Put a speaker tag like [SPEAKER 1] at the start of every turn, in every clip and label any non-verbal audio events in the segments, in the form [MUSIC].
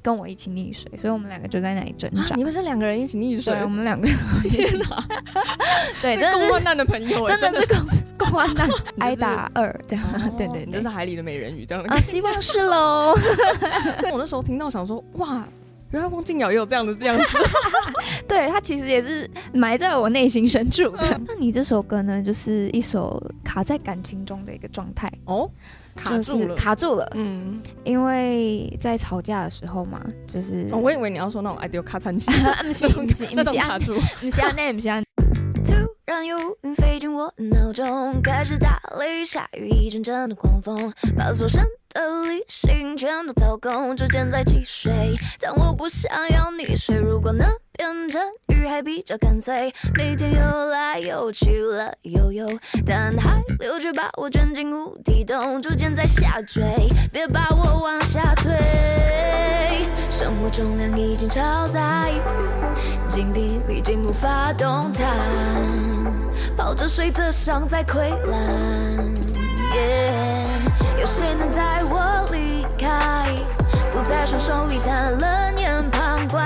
[SPEAKER 1] 跟我一起溺水，所以我们两个就在那里挣
[SPEAKER 2] 啊
[SPEAKER 1] 扎。
[SPEAKER 2] 你们是两个人一起溺水
[SPEAKER 1] 对，？我们两
[SPEAKER 2] [LAUGHS]
[SPEAKER 1] 个
[SPEAKER 2] 天哪， [LAUGHS]
[SPEAKER 1] 对，
[SPEAKER 2] 是
[SPEAKER 1] 真的
[SPEAKER 2] 共
[SPEAKER 1] 是
[SPEAKER 2] 患难的朋 [LAUGHS] 友欸，
[SPEAKER 1] 真的是共 [LAUGHS] 共患
[SPEAKER 2] [LAUGHS]
[SPEAKER 1] 难，挨打二这样
[SPEAKER 2] 哦。
[SPEAKER 1] [LAUGHS] 对对
[SPEAKER 2] 你就
[SPEAKER 1] 对
[SPEAKER 2] 是。海里的美人鱼这样的
[SPEAKER 1] 啊，希望是喽。
[SPEAKER 2] [LAUGHS] 我那时候听到想说，哇，原来汪静瑶也有这样的这样 [LAUGHS] 子。
[SPEAKER 1] [LAUGHS] 对他其实也是埋在我内心深处的。
[SPEAKER 2] 嗯
[SPEAKER 1] 那你这首歌呢，就是一首卡在感情中的一个状态，
[SPEAKER 2] 哦，卡住
[SPEAKER 1] 就是
[SPEAKER 2] 了。
[SPEAKER 1] 卡住了。
[SPEAKER 2] 嗯，
[SPEAKER 1] 因为在吵架的时候嘛，就是
[SPEAKER 2] 哦我以为你要说那种爱丢卡 [LAUGHS] 餐机，
[SPEAKER 1] 不是不是
[SPEAKER 2] 那
[SPEAKER 1] 不
[SPEAKER 2] 种
[SPEAKER 1] 是
[SPEAKER 2] 卡
[SPEAKER 1] 啊，
[SPEAKER 2] 住。
[SPEAKER 1] 不是啊，那不是啊，
[SPEAKER 3] 突然有云飞进我脑中，开始打雷下雨，一阵阵的狂风，把所剩的理性全都掏空，逐渐在积水。但我不想要溺水，如果能变成鱼还比较干脆，每天游来游去了悠悠，但海流却把我卷进无底洞，逐渐在下坠，别把我往下推。生活重量已经超载，精疲力尽无法动弹，泡着水的伤在溃烂。Yeah, 有谁能带我离开？不再双手一摊，冷眼旁观，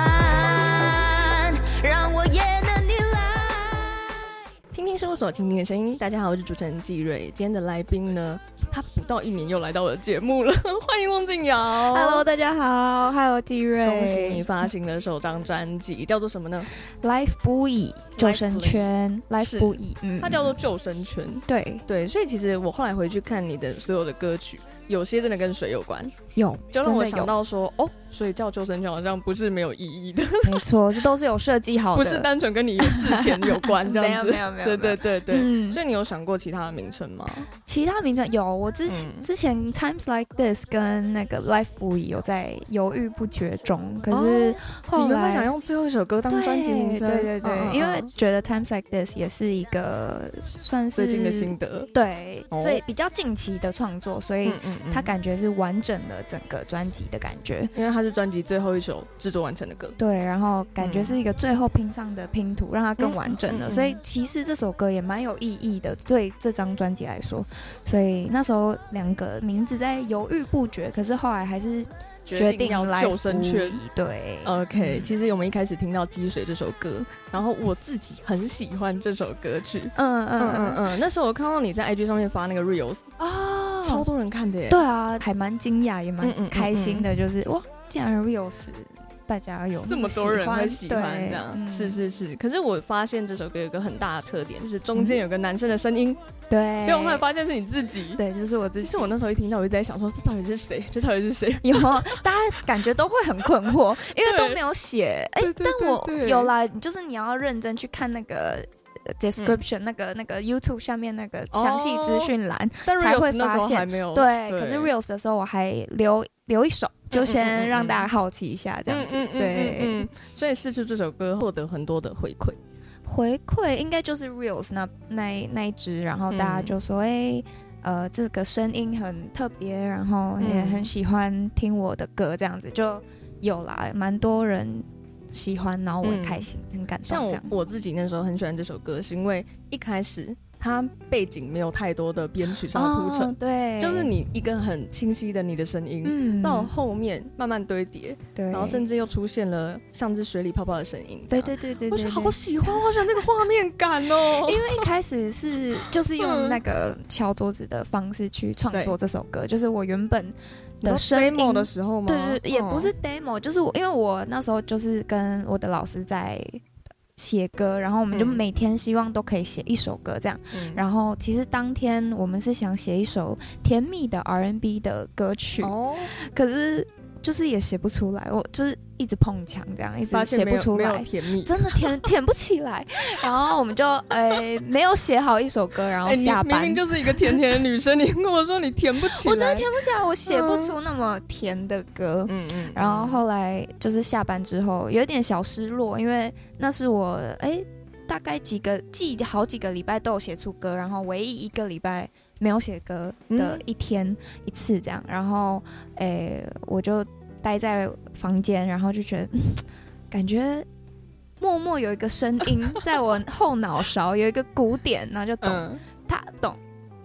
[SPEAKER 3] 让我也能依赖。
[SPEAKER 2] [LAUGHS] 听听事务所，听听你的声音。大家好，我是主持人季蕊。今天的来宾呢，他不到一年又来到我的节目了， [LAUGHS] 欢迎汪静瑶。
[SPEAKER 1] Hello，大家好，Hello，季瑞，
[SPEAKER 2] 恭喜你发行了首张专辑，叫做什么呢？
[SPEAKER 1] Life Buoy 救生圈
[SPEAKER 2] 是
[SPEAKER 1] ，Life Buoy，嗯，
[SPEAKER 2] 它叫做《救生圈》。
[SPEAKER 1] 对，
[SPEAKER 2] 对，所以其实我后来回去看你的所有的歌曲，有些真的跟水有关，
[SPEAKER 1] 有，
[SPEAKER 2] 就让
[SPEAKER 1] 真
[SPEAKER 2] 我
[SPEAKER 1] 的
[SPEAKER 2] 想
[SPEAKER 1] 有，
[SPEAKER 2] 到说，哦，所以叫救生圈好像不是没有意义的，
[SPEAKER 1] 没错，这都是有设计好
[SPEAKER 2] [LAUGHS] 不
[SPEAKER 1] 的，
[SPEAKER 2] 是单纯跟你之前
[SPEAKER 1] [LAUGHS]
[SPEAKER 2] 有关这
[SPEAKER 1] 哦没有
[SPEAKER 2] 样子
[SPEAKER 1] 没。有没有，
[SPEAKER 2] 对对对对，
[SPEAKER 1] 嗯
[SPEAKER 2] 所以你有想过其他的名称吗？
[SPEAKER 1] 其他名称有，我之前、
[SPEAKER 2] 嗯
[SPEAKER 1] 之前 Times Like This 跟那个 Life Buoy 有在犹豫不决中，可是后
[SPEAKER 2] 你哦原本想
[SPEAKER 1] 来。
[SPEAKER 2] 用最后一首歌当专辑名称，
[SPEAKER 1] 对对对对，
[SPEAKER 2] 嗯嗯嗯
[SPEAKER 1] 因为觉得 Times Like This 也是一个算是
[SPEAKER 2] 最近的心得，
[SPEAKER 1] 对
[SPEAKER 2] 哦
[SPEAKER 1] 最比较近期的创作，所以
[SPEAKER 2] 嗯嗯嗯
[SPEAKER 1] 它感觉是完整的整个专辑的感觉。
[SPEAKER 2] 因为它是专辑最后一首制作完成的歌，
[SPEAKER 1] 对，然后感觉是一个最后拼上的拼图，让它更完整
[SPEAKER 2] 嗯
[SPEAKER 1] 了。
[SPEAKER 2] 嗯嗯
[SPEAKER 1] 所以其实这首歌也蛮有意义的，对这张专辑来说。所以那时候两个名字在犹豫不决，可是后来还是决定
[SPEAKER 2] 要
[SPEAKER 1] 来
[SPEAKER 2] 救生圈。嗯
[SPEAKER 1] 对，嗯
[SPEAKER 2] OK，其实我们一开始听到《积水》这首歌，然后我自己很喜欢这首歌曲。
[SPEAKER 1] 嗯嗯
[SPEAKER 2] 嗯嗯
[SPEAKER 1] 嗯
[SPEAKER 2] 嗯，那时候我看到你在 IG 上面发那个 reels，、
[SPEAKER 1] 嗯，哦，
[SPEAKER 2] 超多人看的耶。
[SPEAKER 1] 对啊，还蛮惊讶，也
[SPEAKER 2] 嗯嗯嗯
[SPEAKER 1] 蛮开心的，就是哇，竟然 real 是大家有
[SPEAKER 2] 这么多人会喜欢这样，是
[SPEAKER 1] 是
[SPEAKER 2] 是是。可是我发现这首歌有个很大的特点，就是
[SPEAKER 1] 嗯
[SPEAKER 2] 中间有个男生的声音，
[SPEAKER 1] 对，
[SPEAKER 2] 结果后来发现是你自己。
[SPEAKER 1] 哎对，就是我自
[SPEAKER 2] 其
[SPEAKER 1] 己
[SPEAKER 2] 实。我那时候一听到，我就在想说，这到底
[SPEAKER 1] [LAUGHS]
[SPEAKER 2] 是谁？这到底是谁？
[SPEAKER 1] 有，大家感觉都会很困惑，因为都没有写。哎、
[SPEAKER 2] 对对
[SPEAKER 1] 但我
[SPEAKER 2] 对对
[SPEAKER 1] 有啦，就是你要认真去看那个呃
[SPEAKER 2] 嗯
[SPEAKER 1] description，、那个那个 YouTube 下面那个
[SPEAKER 2] 哦
[SPEAKER 1] 详细资讯栏。
[SPEAKER 2] 但
[SPEAKER 1] 才
[SPEAKER 2] Reels
[SPEAKER 1] 会
[SPEAKER 2] 那时候
[SPEAKER 1] 发现
[SPEAKER 2] 还没有
[SPEAKER 1] 对，可是 Reels 的时候我还留留一手，就先让大家好奇一下，这样子。
[SPEAKER 2] 嗯
[SPEAKER 1] 对
[SPEAKER 2] 所以试出这首歌获得很多的回馈，
[SPEAKER 1] 回馈应该就是 Reels 那那那一支，然后大家
[SPEAKER 2] 嗯
[SPEAKER 1] 就说，哎、呃，这个声音很特别，然后也
[SPEAKER 2] 嗯
[SPEAKER 1] 很喜欢听我的歌，这样子就有啦，蛮多人喜欢，然后我很
[SPEAKER 2] 嗯
[SPEAKER 1] 开心，很感
[SPEAKER 2] 像
[SPEAKER 1] 动，这
[SPEAKER 2] 我
[SPEAKER 1] 样。
[SPEAKER 2] 我自己那时候很喜欢这首歌，是因为一开始它背景没有太多的编曲上的铺陈，
[SPEAKER 1] 哦，对，
[SPEAKER 2] 就是你一个很清晰的你的声音。
[SPEAKER 1] 嗯，
[SPEAKER 2] 到后面慢慢堆叠，
[SPEAKER 1] 对，
[SPEAKER 2] 然后甚至又出现了像是水里泡泡的声音。
[SPEAKER 1] 对
[SPEAKER 2] 这样，
[SPEAKER 1] 对对对
[SPEAKER 2] 我
[SPEAKER 1] 对
[SPEAKER 2] 觉
[SPEAKER 1] 对，
[SPEAKER 2] 得好喜欢，我好喜欢这个画面感哦。
[SPEAKER 1] 因为一开始是就是
[SPEAKER 2] 嗯
[SPEAKER 1] 用那个敲桌子的方式去创
[SPEAKER 2] 对
[SPEAKER 1] 作这首歌，就是我原本
[SPEAKER 2] 你
[SPEAKER 1] 的
[SPEAKER 2] 说
[SPEAKER 1] 声音
[SPEAKER 2] demo 的时候吗？
[SPEAKER 1] 对对对，也不
[SPEAKER 2] 嗯
[SPEAKER 1] 是 demo，、就是我因为我那时候就是跟我的老师在写歌，然后我们就
[SPEAKER 2] 嗯
[SPEAKER 1] 每天希望都可以写一首歌这样。
[SPEAKER 2] 嗯
[SPEAKER 1] 然后其实当天我们是想写一首甜蜜的 R&B 的歌曲，
[SPEAKER 2] 哦，
[SPEAKER 1] 可是就是也写不出来，我就是一直碰墙这样，一直
[SPEAKER 2] 发现
[SPEAKER 1] 写
[SPEAKER 2] 没
[SPEAKER 1] 不
[SPEAKER 2] 有
[SPEAKER 1] 出
[SPEAKER 2] 没有
[SPEAKER 1] 来。
[SPEAKER 2] 甜蜜，
[SPEAKER 1] 真的填填不起来，然后我们就呃没有写好一首歌，然后
[SPEAKER 2] 哎，你
[SPEAKER 1] 下
[SPEAKER 2] 明
[SPEAKER 1] 班、
[SPEAKER 2] 明就是一个甜甜的女生，你跟 [LAUGHS] 我说你甜不起来，
[SPEAKER 1] 我真的填不起来，我写不
[SPEAKER 2] 嗯
[SPEAKER 1] 出那么甜的歌。
[SPEAKER 2] 嗯嗯
[SPEAKER 1] 然后后来就是下班之后有点小失落，因为那是我哎大概几个记好几个礼拜都有写出歌，然后唯一一个礼拜没有写歌的
[SPEAKER 2] 嗯
[SPEAKER 1] 一天一次这样，嗯然后哎我就待在房间，然后就觉得、嗯感觉。默默有一个声音在我后脑勺有一个鼓点，然后就懂，
[SPEAKER 2] 嗯，
[SPEAKER 1] 他懂，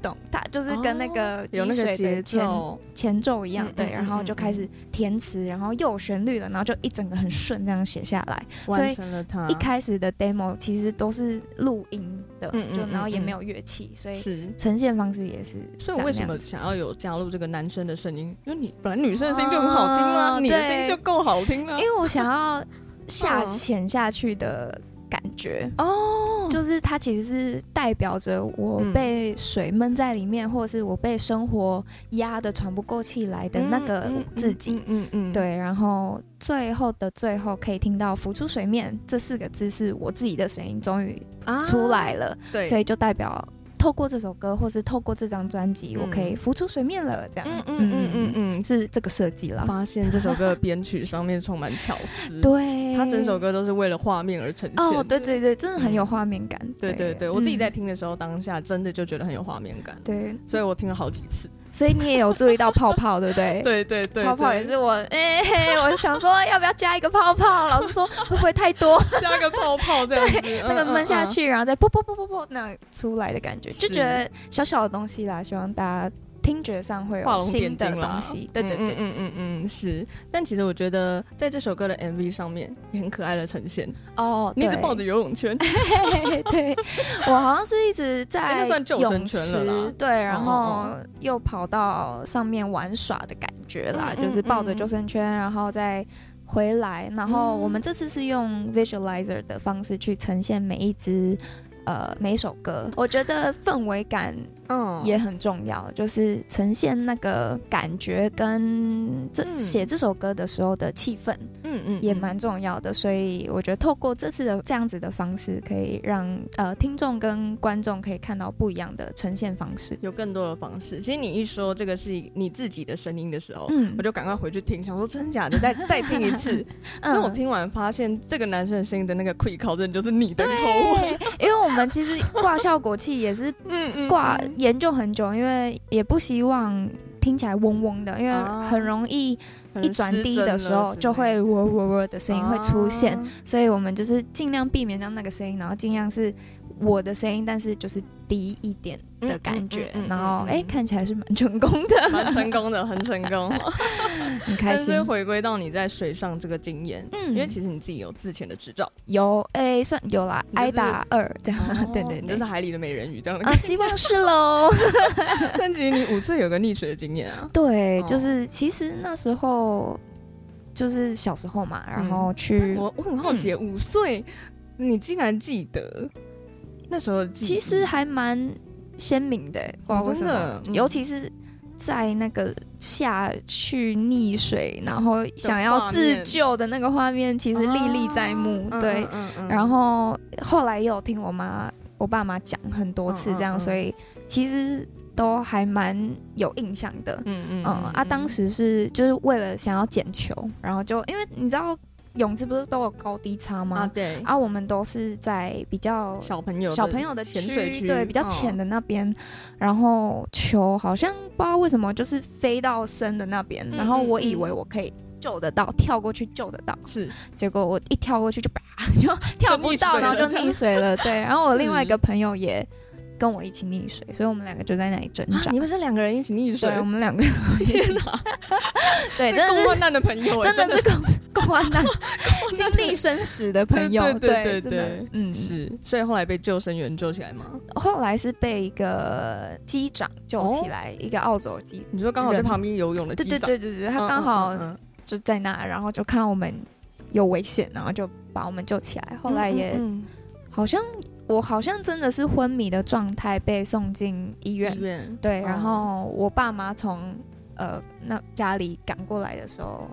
[SPEAKER 1] 动，它就是跟那个
[SPEAKER 2] 哦有
[SPEAKER 1] 积
[SPEAKER 2] 那个
[SPEAKER 1] 水
[SPEAKER 2] 节
[SPEAKER 1] 的前
[SPEAKER 2] 奏，
[SPEAKER 1] 前奏一样，
[SPEAKER 2] 嗯
[SPEAKER 1] 对，
[SPEAKER 2] 嗯
[SPEAKER 1] 然后就
[SPEAKER 2] 嗯嗯
[SPEAKER 1] 开始填词，然后又有旋律了，然后就一整个很顺这样写下来。所
[SPEAKER 2] 完
[SPEAKER 1] 以
[SPEAKER 2] 成了它。
[SPEAKER 1] 一开始的 demo 其实都是录音的，
[SPEAKER 2] 嗯嗯
[SPEAKER 1] 就然后也
[SPEAKER 2] 嗯嗯
[SPEAKER 1] 没有乐器，所以
[SPEAKER 2] 是，
[SPEAKER 1] 呈现方式也是
[SPEAKER 2] 所
[SPEAKER 1] 长
[SPEAKER 2] 以我
[SPEAKER 1] 那
[SPEAKER 2] 为什
[SPEAKER 1] 样
[SPEAKER 2] 么
[SPEAKER 1] 子
[SPEAKER 2] 想要有加入这个男生的声音？因为你本来女生的声音就很好听啦，
[SPEAKER 1] 哦
[SPEAKER 2] 你的
[SPEAKER 1] 对
[SPEAKER 2] 声音就够好听啦 [LAUGHS]
[SPEAKER 1] 因。为我想要下
[SPEAKER 2] 嗯
[SPEAKER 1] 潜下去的感觉，
[SPEAKER 2] 哦
[SPEAKER 1] 就是它其实是代表着我
[SPEAKER 2] 嗯
[SPEAKER 1] 被水闷在里面，或者是我被生活压得喘不过气来的那个我自己。，
[SPEAKER 2] 嗯嗯，
[SPEAKER 1] 对，然后最后的最后可以听到浮出水面这四个字是我自己的声音终于
[SPEAKER 2] 啊
[SPEAKER 1] 出来了，
[SPEAKER 2] 对，
[SPEAKER 1] 所以就代表透过这首歌或是透过这张专辑，我可以浮出水面了，这样。
[SPEAKER 2] 嗯嗯嗯嗯嗯嗯，
[SPEAKER 1] 是这个设计啦。
[SPEAKER 2] 发现这首歌的编曲上面充满巧思，，
[SPEAKER 1] 对，
[SPEAKER 2] 它整首歌都是为了画面而呈现。
[SPEAKER 1] 哦，对对对，真的很有画面感。
[SPEAKER 2] 对对对，我自己在听的时候，当下真的就觉得很有画面感
[SPEAKER 1] 嗯。，对，
[SPEAKER 2] 所以我听了好几次。
[SPEAKER 1] 所以你也有注意到泡泡，对不对？
[SPEAKER 2] [LAUGHS] 对对对，
[SPEAKER 1] 泡泡
[SPEAKER 2] 对
[SPEAKER 1] 也是我，哎、嘿我想说要不要加一个泡泡？老师说会不会太多？
[SPEAKER 2] 加个泡泡这
[SPEAKER 1] [LAUGHS]
[SPEAKER 2] 样子，嗯
[SPEAKER 1] 那个
[SPEAKER 2] 嗯
[SPEAKER 1] 闷下
[SPEAKER 2] 嗯
[SPEAKER 1] 去，然后再啵啵啵啵啵那出来的感觉，就
[SPEAKER 2] 是
[SPEAKER 1] 觉得小小的东西啦，希望大家听觉上会
[SPEAKER 2] 画
[SPEAKER 1] 有
[SPEAKER 2] 龙
[SPEAKER 1] 新
[SPEAKER 2] 点
[SPEAKER 1] 的
[SPEAKER 2] 睛啦
[SPEAKER 1] 东西。对对对，
[SPEAKER 2] 嗯嗯嗯嗯是。但其实我觉得在这首歌的 MV 上面也很可爱的呈现，
[SPEAKER 1] 哦，
[SPEAKER 2] 你一直
[SPEAKER 1] 对
[SPEAKER 2] 抱着游泳
[SPEAKER 1] [LAUGHS]
[SPEAKER 2] 圈，
[SPEAKER 1] 嘿
[SPEAKER 2] [LAUGHS]
[SPEAKER 1] 对，我好像是一直
[SPEAKER 2] 哎
[SPEAKER 1] 在
[SPEAKER 2] 那算救生
[SPEAKER 1] 泳
[SPEAKER 2] 圈
[SPEAKER 1] 池
[SPEAKER 2] 了啦，
[SPEAKER 1] 对，然后
[SPEAKER 2] 哦
[SPEAKER 1] 又跑到上面玩耍的感觉啦，
[SPEAKER 2] 嗯嗯
[SPEAKER 1] 就是抱着
[SPEAKER 2] 嗯嗯
[SPEAKER 1] 救生圈，然后再回来。然后我们这次是
[SPEAKER 2] 嗯
[SPEAKER 1] 用 visualizer 的方式去呈现每一支。呃，每一首歌，我觉得氛围感
[SPEAKER 2] 嗯
[SPEAKER 1] 也很重要，就是呈现那个感觉跟这
[SPEAKER 2] 嗯
[SPEAKER 1] 写、这首歌的时候的气氛。
[SPEAKER 2] 嗯嗯
[SPEAKER 1] 也蛮重要的，所以我觉得透过这次的这样子的方式，可以让呃听众跟观众可以看到不一样的呈现方式。
[SPEAKER 2] 有更多的方式。其实你一说这个是你自己的声音的时候。
[SPEAKER 1] 嗯
[SPEAKER 2] 哦我就赶快回去听，想说真的假的，
[SPEAKER 1] [LAUGHS]
[SPEAKER 2] 再再听一次。
[SPEAKER 1] 嗯
[SPEAKER 2] 那、我听完发现，这个男生的声音的那个 quick 考证就是你的口吻。
[SPEAKER 1] 对， [LAUGHS] 因为我们其实挂效果器也是
[SPEAKER 2] 嗯嗯
[SPEAKER 1] 挂
[SPEAKER 2] 嗯
[SPEAKER 1] 研究很久，因为也不希望听起来嗡嗡的，因为
[SPEAKER 2] 啊
[SPEAKER 1] 很容易
[SPEAKER 2] 可能
[SPEAKER 1] 一转低的时候
[SPEAKER 2] 失真了之类
[SPEAKER 1] 就会喔喔喔的声音会出现，
[SPEAKER 2] 啊
[SPEAKER 1] 所以我们就是尽量避免让那个声音，然后尽量是我的声音，但是就是低一点的感觉，
[SPEAKER 2] 嗯嗯嗯嗯嗯
[SPEAKER 1] 然后
[SPEAKER 2] 嗯
[SPEAKER 1] 哎、看起来是蛮成功
[SPEAKER 2] [LAUGHS]
[SPEAKER 1] 的，
[SPEAKER 2] 蛮成功的，很成功。
[SPEAKER 1] 很 [LAUGHS] 开
[SPEAKER 2] 但
[SPEAKER 1] 心
[SPEAKER 2] 是。回归到你在水上这个经验，
[SPEAKER 1] 嗯
[SPEAKER 2] 因为其实你自己有自潜的执照，
[SPEAKER 1] 有哎、算有啦，
[SPEAKER 2] 你就是
[SPEAKER 1] 挨打二这样， [LAUGHS] 哦对对
[SPEAKER 2] 哦你就
[SPEAKER 1] 对
[SPEAKER 2] 是。海里的美人鱼这样的
[SPEAKER 1] 啊，
[SPEAKER 2] 感觉。
[SPEAKER 1] 希望是喽。
[SPEAKER 2] [LAUGHS] 但其实你五岁有个溺水的经
[SPEAKER 1] [LAUGHS]
[SPEAKER 2] 验啊，
[SPEAKER 1] 对，
[SPEAKER 2] 哦
[SPEAKER 1] 就是其实那时候就是小时候嘛，然
[SPEAKER 2] 嗯
[SPEAKER 1] 后去，
[SPEAKER 2] 我我很好
[SPEAKER 1] 嗯
[SPEAKER 2] 奇，五岁你竟然记得那时候记忆，
[SPEAKER 1] 其实还蛮鲜明的、欸，不知道
[SPEAKER 2] 嗯哦
[SPEAKER 1] 为什
[SPEAKER 2] 真
[SPEAKER 1] 么，
[SPEAKER 2] 的，
[SPEAKER 1] 尤
[SPEAKER 2] 嗯
[SPEAKER 1] 其是在那个下去溺水，然后想要
[SPEAKER 2] 画
[SPEAKER 1] 自
[SPEAKER 2] 面
[SPEAKER 1] 救的那个画面，其实历历在目。
[SPEAKER 2] 嗯
[SPEAKER 1] 对，
[SPEAKER 2] 嗯嗯嗯
[SPEAKER 1] 然后后来也有听我妈、我爸妈讲很多次这样，
[SPEAKER 2] 嗯嗯嗯
[SPEAKER 1] 所以其实都还蛮有印象的。
[SPEAKER 2] 嗯嗯
[SPEAKER 1] 嗯啊，当时是就是为了想要捡球，然后就因为你知道泳池不是都有高低差
[SPEAKER 2] 啊
[SPEAKER 1] 吗？
[SPEAKER 2] 对
[SPEAKER 1] 啊，我们都是在比较
[SPEAKER 2] 小朋友的
[SPEAKER 1] 小朋友的
[SPEAKER 2] 潜水区哦嗯
[SPEAKER 1] 对，比较浅，的那边，然后球好像不知道为什么就是飞到深的那边，
[SPEAKER 2] 嗯
[SPEAKER 1] 然后我
[SPEAKER 2] 嗯
[SPEAKER 1] 以
[SPEAKER 2] 嗯
[SPEAKER 1] 为我可以救得到，跳过去救得到，
[SPEAKER 2] 嗯是
[SPEAKER 1] 结果我一跳过去就啪 [LAUGHS] 就跳不到，
[SPEAKER 2] 就溺水
[SPEAKER 1] 然
[SPEAKER 2] 了
[SPEAKER 1] 后就溺水了。
[SPEAKER 2] [LAUGHS]
[SPEAKER 1] 对，然后我
[SPEAKER 2] 是
[SPEAKER 1] 另外一个朋友也跟我一起溺水，所以我们两个就在那里挣扎。
[SPEAKER 2] 啊你们是两个人一起溺水
[SPEAKER 1] 对，我，们两
[SPEAKER 2] [LAUGHS]
[SPEAKER 1] 个
[SPEAKER 2] 天哪，
[SPEAKER 1] 对，
[SPEAKER 2] 是
[SPEAKER 1] 真的
[SPEAKER 2] 共
[SPEAKER 1] 是
[SPEAKER 2] 患难的朋友欸，
[SPEAKER 1] 真的是 [LAUGHS] 共共患难、
[SPEAKER 2] [LAUGHS]
[SPEAKER 1] 经
[SPEAKER 2] 真的
[SPEAKER 1] 历生死的朋友。
[SPEAKER 2] [LAUGHS] 对对对
[SPEAKER 1] 真的
[SPEAKER 2] 对，
[SPEAKER 1] 嗯，
[SPEAKER 2] 是，所以后来被救生员救起来吗？
[SPEAKER 1] 后来是被一个机长救
[SPEAKER 2] 哦
[SPEAKER 1] 起来，一个澳洲机。
[SPEAKER 2] 你说刚好在
[SPEAKER 1] 人
[SPEAKER 2] 旁边游泳的
[SPEAKER 1] 对
[SPEAKER 2] 机
[SPEAKER 1] 对
[SPEAKER 2] 长，
[SPEAKER 1] 对对对，
[SPEAKER 2] 嗯，
[SPEAKER 1] 他刚好
[SPEAKER 2] 嗯嗯嗯
[SPEAKER 1] 就在那，然后就看我们有危险，然后就把我们救起来。后来也
[SPEAKER 2] 嗯嗯
[SPEAKER 1] 好像我好像真的是昏迷的状态被送进医
[SPEAKER 2] 嗯
[SPEAKER 1] 院
[SPEAKER 2] 医，院
[SPEAKER 1] 对，
[SPEAKER 2] 哦
[SPEAKER 1] 然后我爸妈从呃那家里赶过来的时候，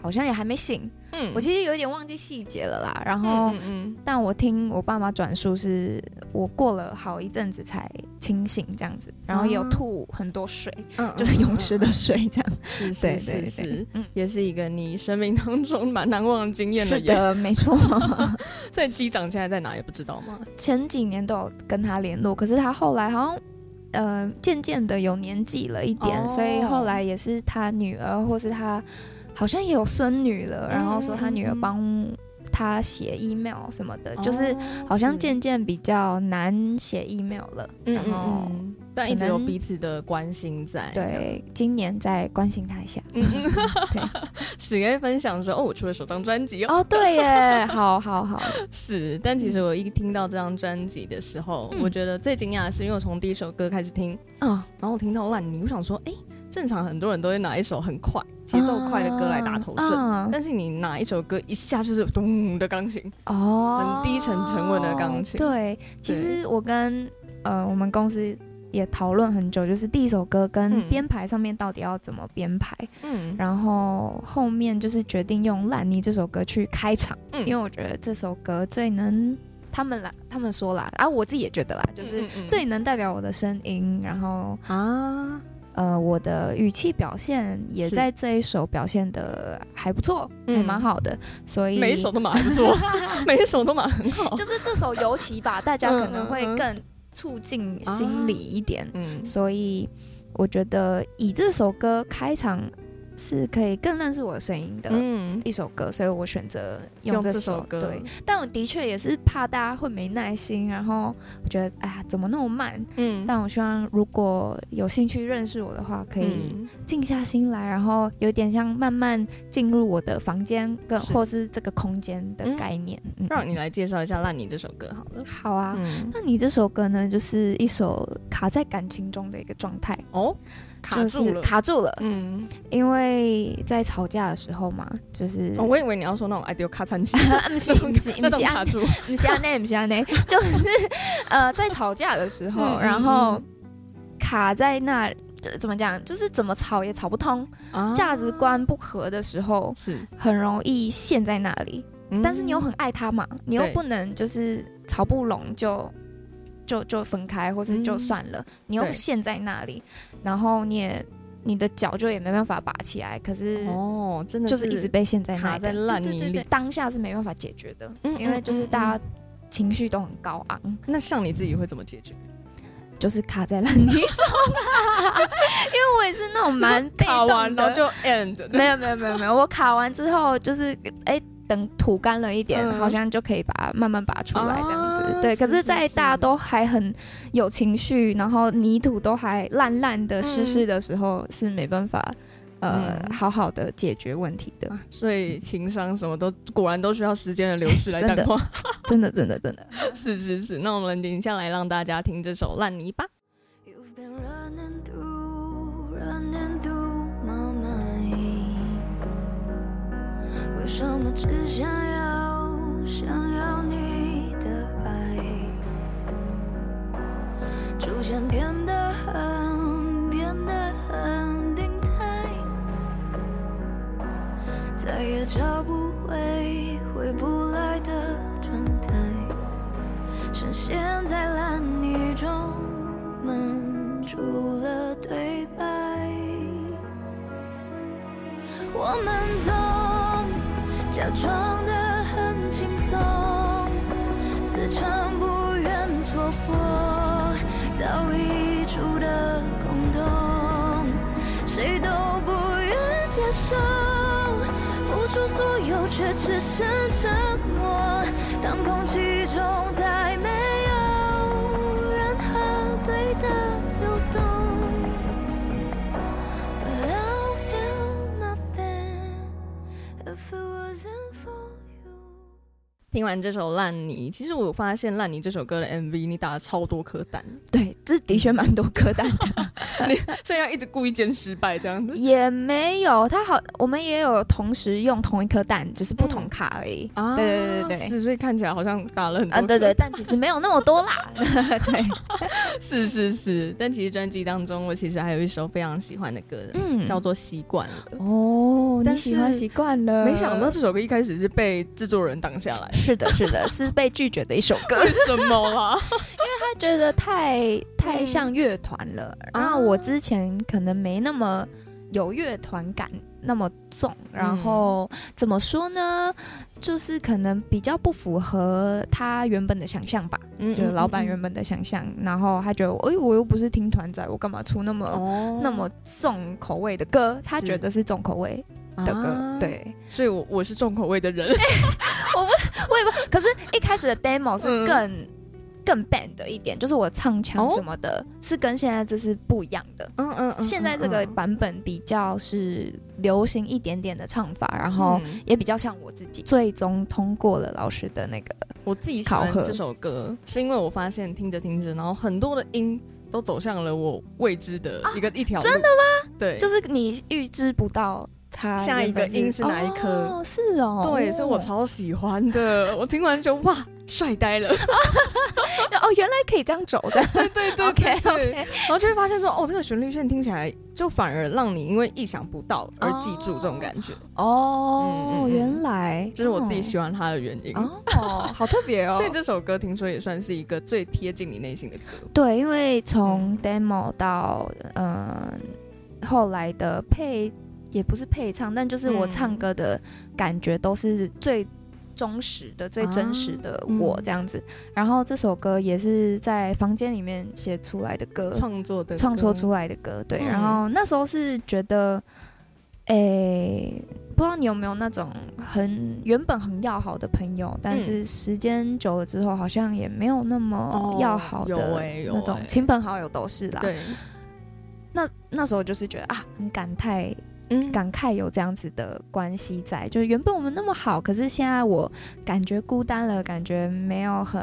[SPEAKER 1] 好像也还没醒，
[SPEAKER 2] 嗯
[SPEAKER 1] 我其实有点忘记细节了啦。然后，
[SPEAKER 2] 嗯嗯嗯
[SPEAKER 1] 但我听我爸妈转述是，我过了好一阵子才清醒这样子，然后也有
[SPEAKER 2] 啊
[SPEAKER 1] 吐很多水，
[SPEAKER 2] 嗯
[SPEAKER 1] 就是泳池的水这样。
[SPEAKER 2] 是
[SPEAKER 1] 对对
[SPEAKER 2] 是嗯是
[SPEAKER 1] 对
[SPEAKER 2] 是，，
[SPEAKER 1] 嗯，
[SPEAKER 2] 也是一个你生命当中蛮难忘的经验了
[SPEAKER 1] 是
[SPEAKER 2] 耶。
[SPEAKER 1] 的， [LAUGHS] 没错。
[SPEAKER 2] 所以机长现在在哪也不知道吗？
[SPEAKER 1] 前几年都有跟他联络，可是他后来好像。呃，渐渐的有年纪了一点，
[SPEAKER 2] 哦
[SPEAKER 1] 所以后来也是他女儿，或是他好像也有孙女了，
[SPEAKER 2] 嗯
[SPEAKER 1] 然后说他女儿
[SPEAKER 2] 嗯嗯
[SPEAKER 1] 帮他写 email 什么的，就是
[SPEAKER 2] 哦
[SPEAKER 1] 好像渐渐比较难写 email 了，
[SPEAKER 2] 嗯
[SPEAKER 1] 然后
[SPEAKER 2] 嗯嗯但一直有彼此的关心在。这样，
[SPEAKER 1] 对，今年再关心他一下。
[SPEAKER 2] 嗯，
[SPEAKER 1] 对，
[SPEAKER 2] [LAUGHS] 史该分享说：“哦，我出了首张专辑哦。
[SPEAKER 1] 哦，对耶，好好
[SPEAKER 2] [LAUGHS]
[SPEAKER 1] 好，
[SPEAKER 2] 是，但其实我一听到这张专辑的时候，
[SPEAKER 1] 嗯
[SPEAKER 2] 我觉得最惊讶的是，因为我从第一首歌开始听，
[SPEAKER 1] 哦，
[SPEAKER 2] 然后我听到烂泥，我想说，哎、正常很多人都会拿一首很快、节奏快的歌来打头阵，
[SPEAKER 1] 嗯
[SPEAKER 2] 但是你拿一首歌一下就是咚的钢琴，
[SPEAKER 1] 哦，
[SPEAKER 2] 很低沉沉稳的钢琴
[SPEAKER 1] 对，其实我跟呃我们公司也讨论很久，就是第一首歌跟
[SPEAKER 2] 嗯
[SPEAKER 1] 编排上面到底要怎么编排，
[SPEAKER 2] 嗯，
[SPEAKER 1] 然后后面就是决定用《烂泥》这首歌去开场，
[SPEAKER 2] 嗯
[SPEAKER 1] 因为我觉得这首歌最能他们啦，他们说啦，啊，我自己也觉得啦，就是
[SPEAKER 2] 嗯嗯嗯
[SPEAKER 1] 最能代表我的声音，然后
[SPEAKER 2] 啊，
[SPEAKER 1] 呃，我的语气表现也
[SPEAKER 2] 是
[SPEAKER 1] 在这一首表现的还不错，
[SPEAKER 2] 嗯
[SPEAKER 1] 还蛮好的，所以
[SPEAKER 2] 每一首都蛮不错，
[SPEAKER 1] [LAUGHS]
[SPEAKER 2] 每一首都蛮很好，
[SPEAKER 1] 哎就是这首尤其
[SPEAKER 2] [LAUGHS]
[SPEAKER 1] 吧，大家可能会
[SPEAKER 2] 嗯嗯嗯
[SPEAKER 1] 更促进心理一点，
[SPEAKER 2] 嗯
[SPEAKER 1] 所以我觉得以这首歌开场是可以更认识我的声音的。
[SPEAKER 2] 嗯，
[SPEAKER 1] 一首歌，所以我选择
[SPEAKER 2] 用
[SPEAKER 1] 用这
[SPEAKER 2] 这首歌
[SPEAKER 1] 对，但我的确也是怕大家会没耐心，然后我觉得哎呀怎么那么慢？
[SPEAKER 2] 嗯，
[SPEAKER 1] 但我希望如果有兴趣认识我的话，可以
[SPEAKER 2] 嗯
[SPEAKER 1] 静下心来，然后有点像慢慢进入我的房间跟
[SPEAKER 2] 是
[SPEAKER 1] 或是这个空间的
[SPEAKER 2] 嗯
[SPEAKER 1] 概念。嗯
[SPEAKER 2] 让你来介绍一下《烂泥》这首歌好了。
[SPEAKER 1] 好啊，
[SPEAKER 2] 嗯，
[SPEAKER 1] 那你这首歌呢，就是一首卡在感情中的一个状态，
[SPEAKER 2] 哦，卡住
[SPEAKER 1] 就是
[SPEAKER 2] 了，
[SPEAKER 1] 卡住了，
[SPEAKER 2] 嗯，
[SPEAKER 1] 因为在吵架的时候嘛，就是。
[SPEAKER 2] 哦我以为你要说那种 i d e 卡餐戏，
[SPEAKER 1] 啊 [LAUGHS] 不是不是不
[SPEAKER 2] 那种
[SPEAKER 1] 是
[SPEAKER 2] 卡
[SPEAKER 1] 啊，
[SPEAKER 2] 住，
[SPEAKER 1] [LAUGHS] 不是啊，那不是啊，那就是呃，在吵架的时候，
[SPEAKER 2] 嗯嗯
[SPEAKER 1] 然后卡在那，这怎么讲？就是怎么吵也吵不通，
[SPEAKER 2] 啊
[SPEAKER 1] 价值观不合的时候，
[SPEAKER 2] 是，
[SPEAKER 1] 很容易陷在那里。
[SPEAKER 2] 嗯
[SPEAKER 1] 但是你又很爱他嘛，你又
[SPEAKER 2] 对
[SPEAKER 1] 不能就是吵不拢就就就分开，或是就
[SPEAKER 2] 嗯
[SPEAKER 1] 算了，你又
[SPEAKER 2] 对
[SPEAKER 1] 陷在那里，然后你也你的脚就也没办法拔起来，可是
[SPEAKER 2] 哦，真的
[SPEAKER 1] 就是一直被陷在那
[SPEAKER 2] 卡
[SPEAKER 1] 里
[SPEAKER 2] 在
[SPEAKER 1] 对
[SPEAKER 2] 烂
[SPEAKER 1] 对
[SPEAKER 2] 泥
[SPEAKER 1] 对
[SPEAKER 2] 里
[SPEAKER 1] 对，当下是没办法解决的，
[SPEAKER 2] 嗯
[SPEAKER 1] 因为就是大
[SPEAKER 2] 家、
[SPEAKER 1] 家情绪都很高昂，
[SPEAKER 2] 那像你自己会怎么解决？
[SPEAKER 1] 就是卡在烂泥上 [LAUGHS] 啦，因为我也是那种蛮被
[SPEAKER 2] [LAUGHS] 卡
[SPEAKER 1] 动
[SPEAKER 2] 完然
[SPEAKER 1] 的
[SPEAKER 2] 后就
[SPEAKER 1] [LAUGHS]
[SPEAKER 2] [LAUGHS] end，
[SPEAKER 1] 没有没有没有没有，我卡完之后就是哎、等土干了一点，
[SPEAKER 2] 嗯
[SPEAKER 1] 好像就可以把它慢慢拔出来这样子。
[SPEAKER 2] 啊
[SPEAKER 1] 对，
[SPEAKER 2] 是
[SPEAKER 1] 可是，在
[SPEAKER 2] 是是
[SPEAKER 1] 大家都还很有情绪，然后泥土都还烂烂的、
[SPEAKER 2] 嗯
[SPEAKER 1] 湿湿的时候，是没办法呃、
[SPEAKER 2] 嗯
[SPEAKER 1] 好好的解决问题的。
[SPEAKER 2] 啊所以情商什么都果然都需要时间的流逝来
[SPEAKER 1] 真的
[SPEAKER 2] 淡化。 [LAUGHS]
[SPEAKER 1] 真的真的真的，
[SPEAKER 2] 是是是，那我们停下来让大家听这首《烂泥》吧。
[SPEAKER 3] You've been running through, running through my mind。为什么只想要，想要你的爱？逐渐变得很，变得很病态，再也找不回回不来的状态。深陷在烂泥中，闷住了对白。我们总假装的很轻松，似诚不愿戳破早已出的空洞，谁都不愿接受，付出所有却只剩沉默。当空气中再没有任何对的流动，But I'll feel nothing if it wasn't for you。
[SPEAKER 2] 听完这首《烂泥》，其实我发现《烂泥》这首歌的 MV 你打了超多颗蛋， [LAUGHS]
[SPEAKER 1] 对，这的确蛮多歌单的，
[SPEAKER 2] 所以要一直故意捡失败这样子。
[SPEAKER 1] 也没有它好，我们也有同时用同一颗蛋，只是不同
[SPEAKER 2] 嗯
[SPEAKER 1] 卡而已。
[SPEAKER 2] 啊
[SPEAKER 1] 对对对对对。
[SPEAKER 2] 是，所以看起来好像打了很多。
[SPEAKER 1] 啊，对对，，但其实没有那么多
[SPEAKER 2] [LAUGHS]
[SPEAKER 1] 啦。对，
[SPEAKER 2] 是是是。但其实专辑当中，我其实还有一首非常喜欢的歌，
[SPEAKER 1] 嗯
[SPEAKER 2] 叫做《习惯了》。
[SPEAKER 1] 哦，
[SPEAKER 2] 但
[SPEAKER 1] 你喜欢
[SPEAKER 2] 是
[SPEAKER 1] 习惯了，，
[SPEAKER 2] 没想到这首歌一开始是被制作人挡下来
[SPEAKER 1] [LAUGHS] 是的，是的，是被拒绝的一首歌。
[SPEAKER 2] 为什么啦？
[SPEAKER 1] 他觉得太太像乐团了，
[SPEAKER 2] 啊
[SPEAKER 1] 然后我之前可能没那么有乐团感那么重，然后怎么说呢，就是可能比较不符合他原本的想象吧，
[SPEAKER 2] [LAUGHS] 嗯
[SPEAKER 1] 就是老板原本的想象。然后他觉得，哎，我又不是听团仔，我干嘛出那么、
[SPEAKER 2] 哦
[SPEAKER 1] 那么重口味的歌？他
[SPEAKER 2] 是
[SPEAKER 1] 觉得是重口味的歌，，对。
[SPEAKER 2] 啊所以我我 [LAUGHS] 是重口味的人，嗯
[SPEAKER 1] 我也不，可是一开始的 demo 是更、更 band 的一点，就是我唱腔什么的，是跟现在这是不一样的。
[SPEAKER 2] 嗯哦嗯嗯
[SPEAKER 1] 现在这个版本比较是流行一点点的唱法，然后
[SPEAKER 2] 嗯嗯
[SPEAKER 1] 也比较像我自己。最终通过了老师的那个，
[SPEAKER 2] 我自己喜
[SPEAKER 1] 考
[SPEAKER 2] 欢
[SPEAKER 1] 核
[SPEAKER 2] 这首歌，是因为我发现听着听着，然后很多的音都走向了我未知的一个、一条啊真的吗？对，
[SPEAKER 1] 就是你预知不到它
[SPEAKER 2] 下一个
[SPEAKER 1] 原本
[SPEAKER 2] 音是哪一颗
[SPEAKER 1] 哦，是哦，
[SPEAKER 2] 对，所以我超喜欢的。我听完就哇，帅呆了。
[SPEAKER 1] 哦，原来可以这样走的。
[SPEAKER 2] 对 [LAUGHS] 对 [LAUGHS] 对
[SPEAKER 1] OK
[SPEAKER 2] 对对
[SPEAKER 1] OK，
[SPEAKER 2] 然后就会发现说，哦，这个旋律线听起来就反而让你因为意想不到而记住这种感觉，
[SPEAKER 1] 哦，
[SPEAKER 2] 嗯嗯嗯
[SPEAKER 1] 原来
[SPEAKER 2] 这是我自己喜欢它的原因。
[SPEAKER 1] 哦，哦好特别哦。
[SPEAKER 2] 所以这首歌听说也算是一个最贴近你内心的歌。
[SPEAKER 1] 对，因为从
[SPEAKER 2] 嗯
[SPEAKER 1] demo 到嗯、后来的配也不是配唱，但就是我
[SPEAKER 2] 嗯
[SPEAKER 1] 唱歌的感觉都是最忠实的、最真实的我
[SPEAKER 2] 嗯
[SPEAKER 1] 这样子。然后这首歌也是在房间里面写出来的歌，
[SPEAKER 2] 创作的
[SPEAKER 1] 呃创作
[SPEAKER 2] 歌
[SPEAKER 1] 出来的歌。对，
[SPEAKER 2] 嗯
[SPEAKER 1] 然后那时候是觉得，诶、不知道你有没有那种很原本很要好的朋友，但是时间久了之后，好像也没有那么
[SPEAKER 2] 嗯哦
[SPEAKER 1] 要好
[SPEAKER 2] 有
[SPEAKER 1] 的
[SPEAKER 2] 欸有
[SPEAKER 1] 那种
[SPEAKER 2] 欸
[SPEAKER 1] 亲朋好友都是啦。
[SPEAKER 2] 对，
[SPEAKER 1] 那那时候就是觉得啊，很感慨，
[SPEAKER 2] 嗯
[SPEAKER 1] 感慨有这样子的关系在，就是原本我们那么好，可是现在我感觉孤单了，感觉没有很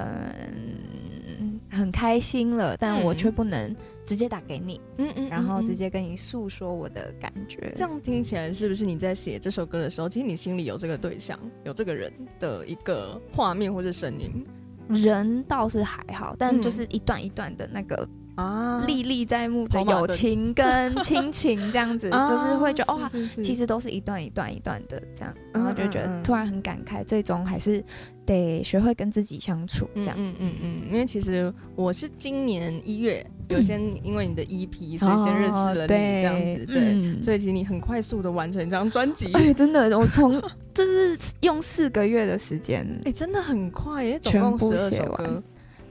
[SPEAKER 1] 很开心了，但
[SPEAKER 2] 嗯
[SPEAKER 1] 我却不能直接打给你。
[SPEAKER 2] 嗯嗯
[SPEAKER 1] 然后
[SPEAKER 2] 嗯嗯
[SPEAKER 1] 直接跟你诉说我的感觉。
[SPEAKER 2] 这样听起来是不是你在写这首歌的时候，其实你心里有这个对象，有这个人的一个画面或者声音
[SPEAKER 1] 人倒是还好，但
[SPEAKER 2] 嗯
[SPEAKER 1] 就是一段一段的那个
[SPEAKER 2] 啊
[SPEAKER 1] 历历在目的
[SPEAKER 2] 跑马灯
[SPEAKER 1] 友情
[SPEAKER 2] [LAUGHS]
[SPEAKER 1] 跟亲情，这样子
[SPEAKER 2] 啊
[SPEAKER 1] 就是会觉得
[SPEAKER 2] 是
[SPEAKER 1] 哇，
[SPEAKER 2] 是是
[SPEAKER 1] 其实都是一段一段一段的这样，然
[SPEAKER 2] 嗯
[SPEAKER 1] 后就觉
[SPEAKER 2] 嗯
[SPEAKER 1] 得
[SPEAKER 2] 嗯
[SPEAKER 1] 突然很感慨，最终还是得学会跟自己相处这
[SPEAKER 2] 嗯
[SPEAKER 1] 样。
[SPEAKER 2] 嗯嗯嗯，因为其实我是今年一月有先因为你的 EP，所以先认识了
[SPEAKER 1] 嗯哦
[SPEAKER 2] 你
[SPEAKER 1] 对
[SPEAKER 2] 这样子，对，
[SPEAKER 1] 嗯
[SPEAKER 2] 所以其实你很快速的完成一张专辑，
[SPEAKER 1] [LAUGHS] 哎，真的，我从就是用四个月的时间，
[SPEAKER 2] 哎，真的很快耶，总
[SPEAKER 1] 全
[SPEAKER 2] 共
[SPEAKER 1] 部
[SPEAKER 2] 十二
[SPEAKER 1] 写
[SPEAKER 2] 首
[SPEAKER 1] 完
[SPEAKER 2] 歌，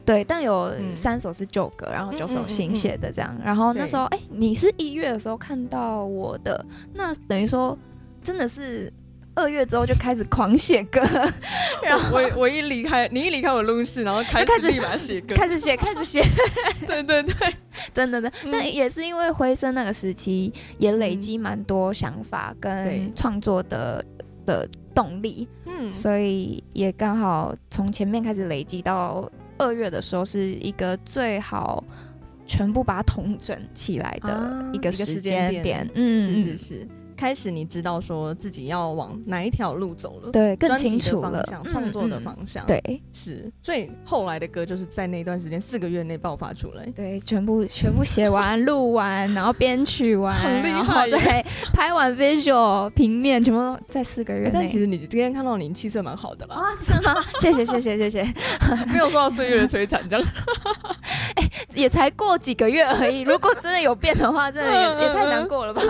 [SPEAKER 1] 对，但有
[SPEAKER 2] 嗯
[SPEAKER 1] 三首是旧歌，然后九
[SPEAKER 2] 嗯
[SPEAKER 1] 首
[SPEAKER 2] 嗯
[SPEAKER 1] 新
[SPEAKER 2] 嗯
[SPEAKER 1] 写的这样。然后那
[SPEAKER 2] 对
[SPEAKER 1] 时候，哎、你是一月的时候看到我的，那等于说真的是二月之后就开始狂写
[SPEAKER 2] [LAUGHS]
[SPEAKER 1] 歌，然后
[SPEAKER 2] 我我我一离开你一离开我录音室，然后开
[SPEAKER 1] 就开始
[SPEAKER 2] 始立马写歌，
[SPEAKER 1] 开始写，开始写，
[SPEAKER 2] [LAUGHS] 对对嗯对，
[SPEAKER 1] 真的真的。那、也是因为辉生那个时期也累积蛮多想法
[SPEAKER 2] 嗯对
[SPEAKER 1] 跟创作的的动力，
[SPEAKER 2] 嗯
[SPEAKER 1] 所以也刚好从前面开始累积到二月的时候，是一个最好全部把它统整起来的
[SPEAKER 2] 啊
[SPEAKER 1] 一
[SPEAKER 2] 一个
[SPEAKER 1] 个时
[SPEAKER 2] 时
[SPEAKER 1] 间点。
[SPEAKER 2] 间点
[SPEAKER 1] 嗯，
[SPEAKER 2] 是是
[SPEAKER 1] 嗯
[SPEAKER 2] 是，开始你知道说自己要往哪一条路走了，
[SPEAKER 1] 对，更
[SPEAKER 2] 专辑
[SPEAKER 1] 清
[SPEAKER 2] 的
[SPEAKER 1] 楚
[SPEAKER 2] 方
[SPEAKER 1] 了
[SPEAKER 2] 向，
[SPEAKER 1] 嗯
[SPEAKER 2] 创作的、
[SPEAKER 1] 嗯
[SPEAKER 2] 方向，，
[SPEAKER 1] 对
[SPEAKER 2] 是，所以后来的歌就是在那段时间四个月内爆发出来，
[SPEAKER 1] 对，全部全部写完、录完，然后编曲完，
[SPEAKER 2] 很厉害
[SPEAKER 1] 然后
[SPEAKER 2] 耶
[SPEAKER 1] 再拍完 visual 平面，全部都在四个月
[SPEAKER 2] 欸
[SPEAKER 1] 内。
[SPEAKER 2] 但其实你今天看到你气色蛮好的啦，
[SPEAKER 1] 啊，是吗？ [LAUGHS] 谢谢谢谢谢谢，
[SPEAKER 2] [LAUGHS] 没有受到岁月的摧残，这
[SPEAKER 1] [LAUGHS]
[SPEAKER 2] 样
[SPEAKER 1] 也才过几个月而已。如果真的有变的话，真的
[SPEAKER 2] 嗯嗯
[SPEAKER 1] 也也太
[SPEAKER 2] 嗯
[SPEAKER 1] 难 [LAUGHS] 过了吧？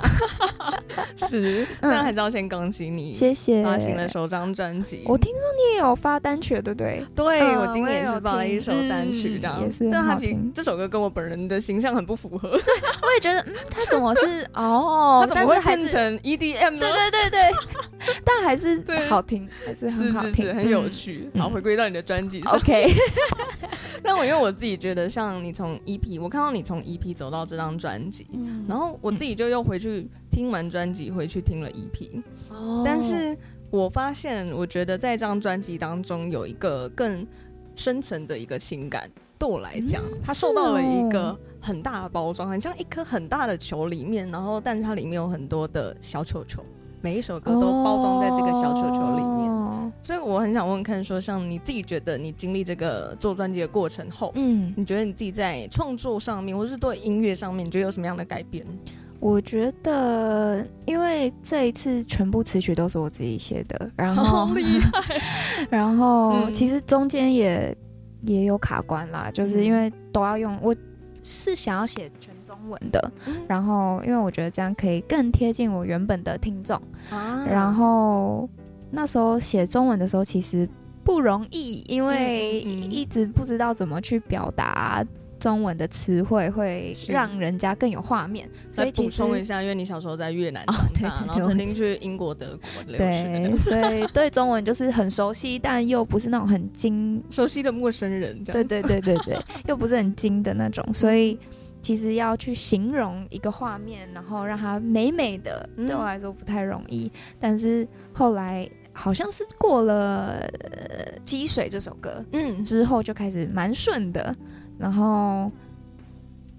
[SPEAKER 2] 是，
[SPEAKER 1] 嗯
[SPEAKER 2] 但还是要先恭喜你
[SPEAKER 1] 谢谢。
[SPEAKER 2] 发行了首张专辑。
[SPEAKER 1] 我听说你也有发单曲，对不对？
[SPEAKER 2] 对
[SPEAKER 1] 嗯
[SPEAKER 2] 我今年
[SPEAKER 1] 我也有
[SPEAKER 2] 是发了一首单曲，
[SPEAKER 1] 听
[SPEAKER 2] 这样
[SPEAKER 1] 嗯也是很
[SPEAKER 2] 但它
[SPEAKER 1] 好
[SPEAKER 2] 其实
[SPEAKER 1] 听
[SPEAKER 2] 这首歌跟我本人的形象很不符合，
[SPEAKER 1] 我也觉得，嗯，他怎么 [LAUGHS] 是哦
[SPEAKER 2] 它？怎
[SPEAKER 1] 但
[SPEAKER 2] 么
[SPEAKER 1] 是
[SPEAKER 2] 会
[SPEAKER 1] 还
[SPEAKER 2] 变
[SPEAKER 1] 是
[SPEAKER 2] 成 EDM 呢？
[SPEAKER 1] 对对对对， [LAUGHS] 但还是
[SPEAKER 2] 对
[SPEAKER 1] 好听，还是很
[SPEAKER 2] 是
[SPEAKER 1] 好
[SPEAKER 2] 是
[SPEAKER 1] 听，
[SPEAKER 2] 是，很有
[SPEAKER 1] 嗯。
[SPEAKER 2] 趣。
[SPEAKER 1] 嗯
[SPEAKER 2] 好，回归到你的专辑 [LAUGHS] 上。
[SPEAKER 1] OK，
[SPEAKER 2] 但哦我因为我自己觉得，像你从 EP，我看到你从 EP 走到这张专辑，
[SPEAKER 1] 嗯 [LAUGHS]
[SPEAKER 2] 然后我自己就又回去听完专辑，回去听了 E EP，、
[SPEAKER 1] 哦
[SPEAKER 2] 但是我发现，我觉得在这张专辑当中有一个更深层的一个情感，对我来讲，
[SPEAKER 1] 嗯
[SPEAKER 2] 它受到了一
[SPEAKER 1] 哦
[SPEAKER 2] 个很大的包装，很像一颗很大的球里面，然后但是它里面有很多的小球球，每一首歌都包装在这个小球球里面，
[SPEAKER 1] 哦
[SPEAKER 2] 所以我很想问看说，像你自己觉得你经历这个做专辑的过程后，
[SPEAKER 1] 嗯，
[SPEAKER 2] 你觉得你自己在创作上面，或是对音乐上面，你觉得有什么样的改变？
[SPEAKER 1] 我觉得，因为这一次全部词曲都是我自己写的，然
[SPEAKER 2] 好 [LAUGHS]
[SPEAKER 1] 后
[SPEAKER 2] 厉
[SPEAKER 1] [LAUGHS]
[SPEAKER 2] 害！
[SPEAKER 1] 然后
[SPEAKER 2] 嗯
[SPEAKER 1] 其实中间也也有卡关啦，就是因
[SPEAKER 2] 嗯
[SPEAKER 1] 为都要用，我是想要写全中文的，
[SPEAKER 2] 嗯
[SPEAKER 1] 然后因为我觉得这样可以更贴近我原本的听众，
[SPEAKER 2] 啊
[SPEAKER 1] 然后那时候写中文的时候其实。不容易，因为
[SPEAKER 2] 嗯嗯嗯
[SPEAKER 1] 一直不知道怎么去表达中文的词汇，会
[SPEAKER 2] 是
[SPEAKER 1] 让人家更有画面。所
[SPEAKER 2] 来
[SPEAKER 1] 以
[SPEAKER 2] 补
[SPEAKER 1] 其实
[SPEAKER 2] 充一下，因为你小时候在越南
[SPEAKER 1] 哦
[SPEAKER 2] 长
[SPEAKER 1] 对
[SPEAKER 2] 大
[SPEAKER 1] 对对
[SPEAKER 2] 然后
[SPEAKER 1] 我
[SPEAKER 2] 曾
[SPEAKER 1] 很
[SPEAKER 2] 经去英国、德国留学，对
[SPEAKER 1] 对
[SPEAKER 2] 不对，
[SPEAKER 1] 所以对中文就是很熟悉，但又不是那种很精
[SPEAKER 2] [LAUGHS] 熟悉的陌生人这样。
[SPEAKER 1] 对对对对对， [LAUGHS] 又不是很精的那种，所以其实要去形容一个画面，然后让它美美的，
[SPEAKER 2] 嗯
[SPEAKER 1] 对我来说不太容易。但是后来好像是过了呃《积水》这首歌
[SPEAKER 2] 嗯，
[SPEAKER 1] 之后，就开始蛮顺的。然后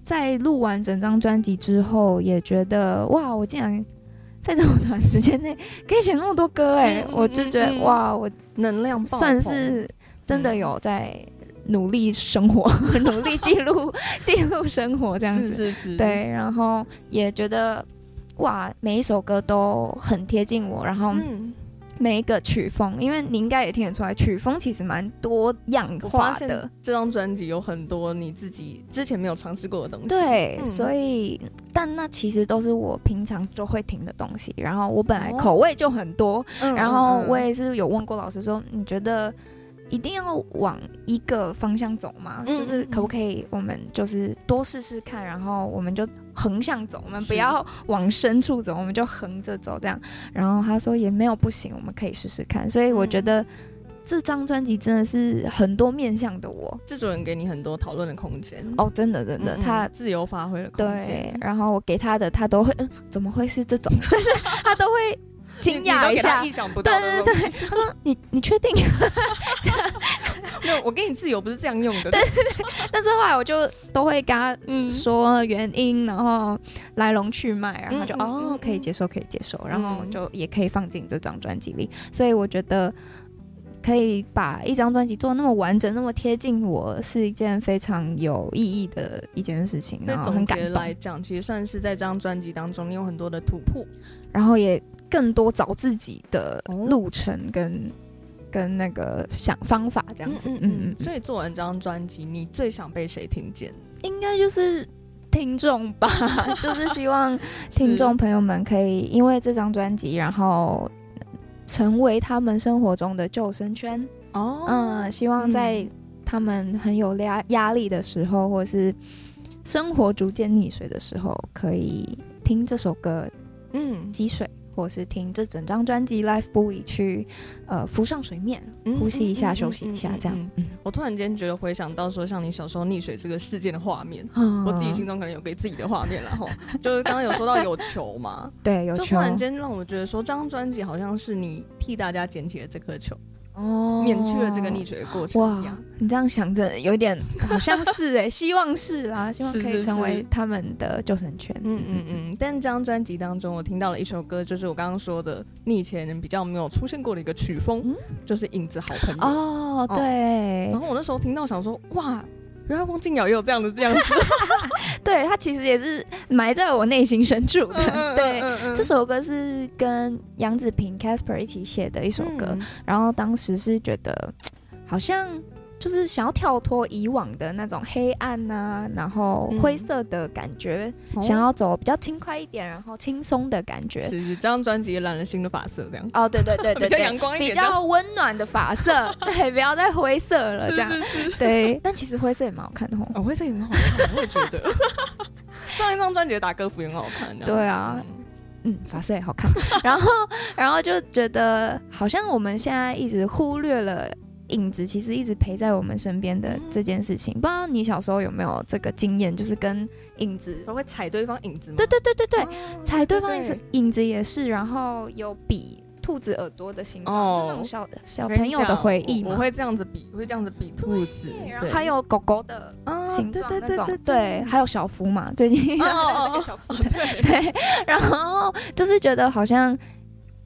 [SPEAKER 1] 在录完整张专辑之后，也觉得哇，我竟然。在这么短时间内可以写那么多歌哎、
[SPEAKER 2] 嗯嗯
[SPEAKER 1] 我就觉得
[SPEAKER 2] 嗯嗯
[SPEAKER 1] 哇，我
[SPEAKER 2] 能量爆棚
[SPEAKER 1] 算
[SPEAKER 2] 嗯
[SPEAKER 1] 是真的有在努力生活， [LAUGHS] 努力记录记录生活这样子。
[SPEAKER 2] 是是是，
[SPEAKER 1] 对，然后也觉得哇，每一首歌都很贴近我，然后
[SPEAKER 2] 嗯，
[SPEAKER 1] 每一个曲风，因为你应该也听得出来，曲风其实蛮多样
[SPEAKER 2] 我发
[SPEAKER 1] 化
[SPEAKER 2] 现
[SPEAKER 1] 的。
[SPEAKER 2] 这张专辑有很多你自己之前没有尝试过的东西。
[SPEAKER 1] 对，
[SPEAKER 2] 嗯
[SPEAKER 1] 所以但那其实都是我平常就会听的东西，然后我本来
[SPEAKER 2] 哦
[SPEAKER 1] 口味就很多，
[SPEAKER 2] 嗯，
[SPEAKER 1] 然后
[SPEAKER 2] 嗯
[SPEAKER 1] 我也是有问过老师说，你觉得一定要往一个方向走吗？
[SPEAKER 2] 嗯
[SPEAKER 1] 就是可不可以我们就是多试试看，然后我们就横向走，我们不
[SPEAKER 2] 是
[SPEAKER 1] 要往深处走，我们就横着走这样。然后他说也没有不行，我们可以试试看。所以我
[SPEAKER 2] 嗯
[SPEAKER 1] 觉得这张专辑真的是很多面向的我
[SPEAKER 2] 制作人给你很多讨论的空间。
[SPEAKER 1] 哦，真的真
[SPEAKER 2] 嗯，
[SPEAKER 1] 的，
[SPEAKER 2] 嗯
[SPEAKER 1] 他
[SPEAKER 2] 自由发挥的空
[SPEAKER 1] 对
[SPEAKER 2] 间，，
[SPEAKER 1] 然后我给他的他都会，嗯，怎么会是这种？ [LAUGHS] 就是他都会惊
[SPEAKER 2] 你你都
[SPEAKER 1] 讶一
[SPEAKER 2] 给他
[SPEAKER 1] 下
[SPEAKER 2] 意。想不到
[SPEAKER 1] 对
[SPEAKER 2] 的
[SPEAKER 1] 对
[SPEAKER 2] 东西。
[SPEAKER 1] 对，他说你你确定？
[SPEAKER 2] 没有，我给你自由不是这样用的。
[SPEAKER 1] 但是后来我就都会跟他
[SPEAKER 2] 嗯
[SPEAKER 1] 说原因，然后来龙去脉，然后他就、
[SPEAKER 2] 嗯嗯嗯
[SPEAKER 1] 哦
[SPEAKER 2] 嗯
[SPEAKER 1] 可以接受，可以接受，然后
[SPEAKER 2] 嗯
[SPEAKER 1] 就也可以放进这张专辑里。所以我觉得可以把一张专辑做得那么完整、那么贴近我，是一件非常有意义的一件事情，
[SPEAKER 2] 所
[SPEAKER 1] 然
[SPEAKER 2] 以
[SPEAKER 1] 后啊很
[SPEAKER 2] 总
[SPEAKER 1] 感
[SPEAKER 2] 结来
[SPEAKER 1] 动，
[SPEAKER 2] 讲，其实算是在这张专辑当中，你有很多的突破。
[SPEAKER 1] 然后也更多找自己的
[SPEAKER 2] 哦
[SPEAKER 1] 路程跟、跟那个想方法这样子，嗯嗯嗯，
[SPEAKER 2] 所以做完这张专辑，你最想被谁听见？
[SPEAKER 1] 应该就是听众吧， [LAUGHS] 就是希望。听众朋友们可以因为这张专辑，然后成为他们生活中的救生圈。
[SPEAKER 2] 哦，
[SPEAKER 1] 嗯，希望在
[SPEAKER 2] 嗯
[SPEAKER 1] 他们很有压压力的时候，或是生活逐渐溺水的时候，可以听这首歌
[SPEAKER 2] 嗯
[SPEAKER 1] 《积水》，或是听这整张专辑《Life Buoy》去呃浮上水面，
[SPEAKER 2] 嗯
[SPEAKER 1] 呼吸一下，
[SPEAKER 2] 嗯嗯
[SPEAKER 1] 休息一下
[SPEAKER 2] 嗯，嗯
[SPEAKER 1] 这样
[SPEAKER 2] 嗯。我突然间觉得回想到说，像你小时候溺水这个事件的画面。
[SPEAKER 1] 嗯
[SPEAKER 2] 我自己心中可能有给自己的画面啦，然后就是刚刚有说到有球嘛，
[SPEAKER 1] 对 [LAUGHS] 有
[SPEAKER 2] 就
[SPEAKER 1] 球
[SPEAKER 2] 突然间让我觉得说，这张专辑好像是你替大家捡起了这颗球，
[SPEAKER 1] 哦
[SPEAKER 2] 免去了这个溺水的过程一
[SPEAKER 1] 哇
[SPEAKER 2] 样。，
[SPEAKER 1] 你这样想着有
[SPEAKER 2] [LAUGHS]
[SPEAKER 1] 点好像是哎、希望是啦、希望
[SPEAKER 2] 是
[SPEAKER 1] 可以
[SPEAKER 2] 是
[SPEAKER 1] 成为
[SPEAKER 2] 是
[SPEAKER 1] 他们的救生圈。
[SPEAKER 2] 嗯嗯嗯，但这张专辑当中，我听到了一首歌，就是我刚刚说的，你以前比较没有出现过的一个曲风，
[SPEAKER 1] 嗯
[SPEAKER 2] 就是《影子好朋友》
[SPEAKER 1] 哦，对
[SPEAKER 2] 然，后我那时候听到想说，哇，原来汪静瑶也有这样的这样子。
[SPEAKER 1] 对，它其实也是埋在我内心深处
[SPEAKER 2] 嗯
[SPEAKER 1] 的。 [LAUGHS] 对，这
[SPEAKER 2] 是
[SPEAKER 1] 首歌是跟杨紫平 Casper 一起写的一首歌，
[SPEAKER 2] 嗯
[SPEAKER 1] 然后当时是觉得好像就是想要跳脱以往的那种黑暗呐、然后
[SPEAKER 2] 嗯
[SPEAKER 1] 灰色的感觉，想要走比较轻快一点，然后轻松的感觉。
[SPEAKER 2] 哦是是这张专辑也染了新的发色，这样
[SPEAKER 1] 哦，对对对对
[SPEAKER 2] [LAUGHS] 比较
[SPEAKER 1] 对，
[SPEAKER 2] 阳光一
[SPEAKER 1] 比
[SPEAKER 2] 点这样，
[SPEAKER 1] 较温暖的发
[SPEAKER 2] [LAUGHS]
[SPEAKER 1] 色，对，不要再灰色了，这样
[SPEAKER 2] 是是是。
[SPEAKER 1] 对。但其实灰色也蛮好看的哦。
[SPEAKER 2] 哦，灰色也很好看，我也觉得。 [LAUGHS] 上一张专辑的打歌服也很好看，这样
[SPEAKER 1] 对啊，
[SPEAKER 2] 嗯
[SPEAKER 1] 嗯，发色也好看。 [LAUGHS] 然后，然后就觉得好像我们现在一直忽略了影子，其实一直陪在我们身边的这件事
[SPEAKER 2] 嗯
[SPEAKER 1] 情。不知道你小时候有没有这个经验，就是跟影子，
[SPEAKER 2] 都会踩对方影子嘛。
[SPEAKER 1] 对对对对对，
[SPEAKER 2] 嗯哦
[SPEAKER 1] 踩对方影子，影子也是。然后有比兔子耳朵的形状，
[SPEAKER 2] 哦
[SPEAKER 1] 就那种小小
[SPEAKER 2] 我跟
[SPEAKER 1] 朋
[SPEAKER 2] 你
[SPEAKER 1] 友的
[SPEAKER 2] 讲
[SPEAKER 1] 回忆
[SPEAKER 2] 我
[SPEAKER 1] 嘛
[SPEAKER 2] 我。会这样子比，我会这样子比兔子
[SPEAKER 1] 对，然后
[SPEAKER 2] 对
[SPEAKER 1] 还有狗狗的
[SPEAKER 2] 啊
[SPEAKER 1] 形
[SPEAKER 2] 对
[SPEAKER 1] 状
[SPEAKER 2] 对
[SPEAKER 1] 那
[SPEAKER 2] 对
[SPEAKER 1] 种，
[SPEAKER 2] 对
[SPEAKER 1] 对，还有小福嘛，最近
[SPEAKER 2] 哦
[SPEAKER 1] [LAUGHS]
[SPEAKER 2] 哦哦
[SPEAKER 1] 小福，
[SPEAKER 2] 对
[SPEAKER 1] 对，然后就是觉得好像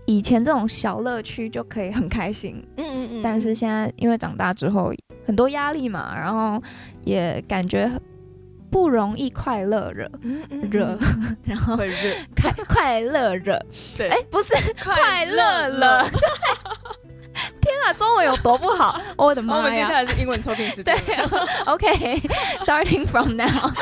[SPEAKER 1] 以前这种小乐趣就可以很开心，
[SPEAKER 2] 嗯嗯嗯，
[SPEAKER 1] 但是现在因为长大之后很多压力嘛，然后也感觉不容易快乐惹
[SPEAKER 2] 嗯嗯嗯
[SPEAKER 1] 惹， [LAUGHS] 然后
[SPEAKER 2] 会热，
[SPEAKER 1] 快快乐惹，
[SPEAKER 2] [LAUGHS] 对
[SPEAKER 1] 哎，不是 [LAUGHS] 快乐了，对，天啊，中文有多不
[SPEAKER 2] [LAUGHS]
[SPEAKER 1] 好，我的
[SPEAKER 2] 好 [LAUGHS]
[SPEAKER 1] 妈
[SPEAKER 2] 我们接
[SPEAKER 1] 呀
[SPEAKER 2] 下！来是
[SPEAKER 1] [LAUGHS]
[SPEAKER 2] 英文抽听时
[SPEAKER 1] 对哦
[SPEAKER 2] 间了。
[SPEAKER 1] [LAUGHS] ，OK，starting、from now，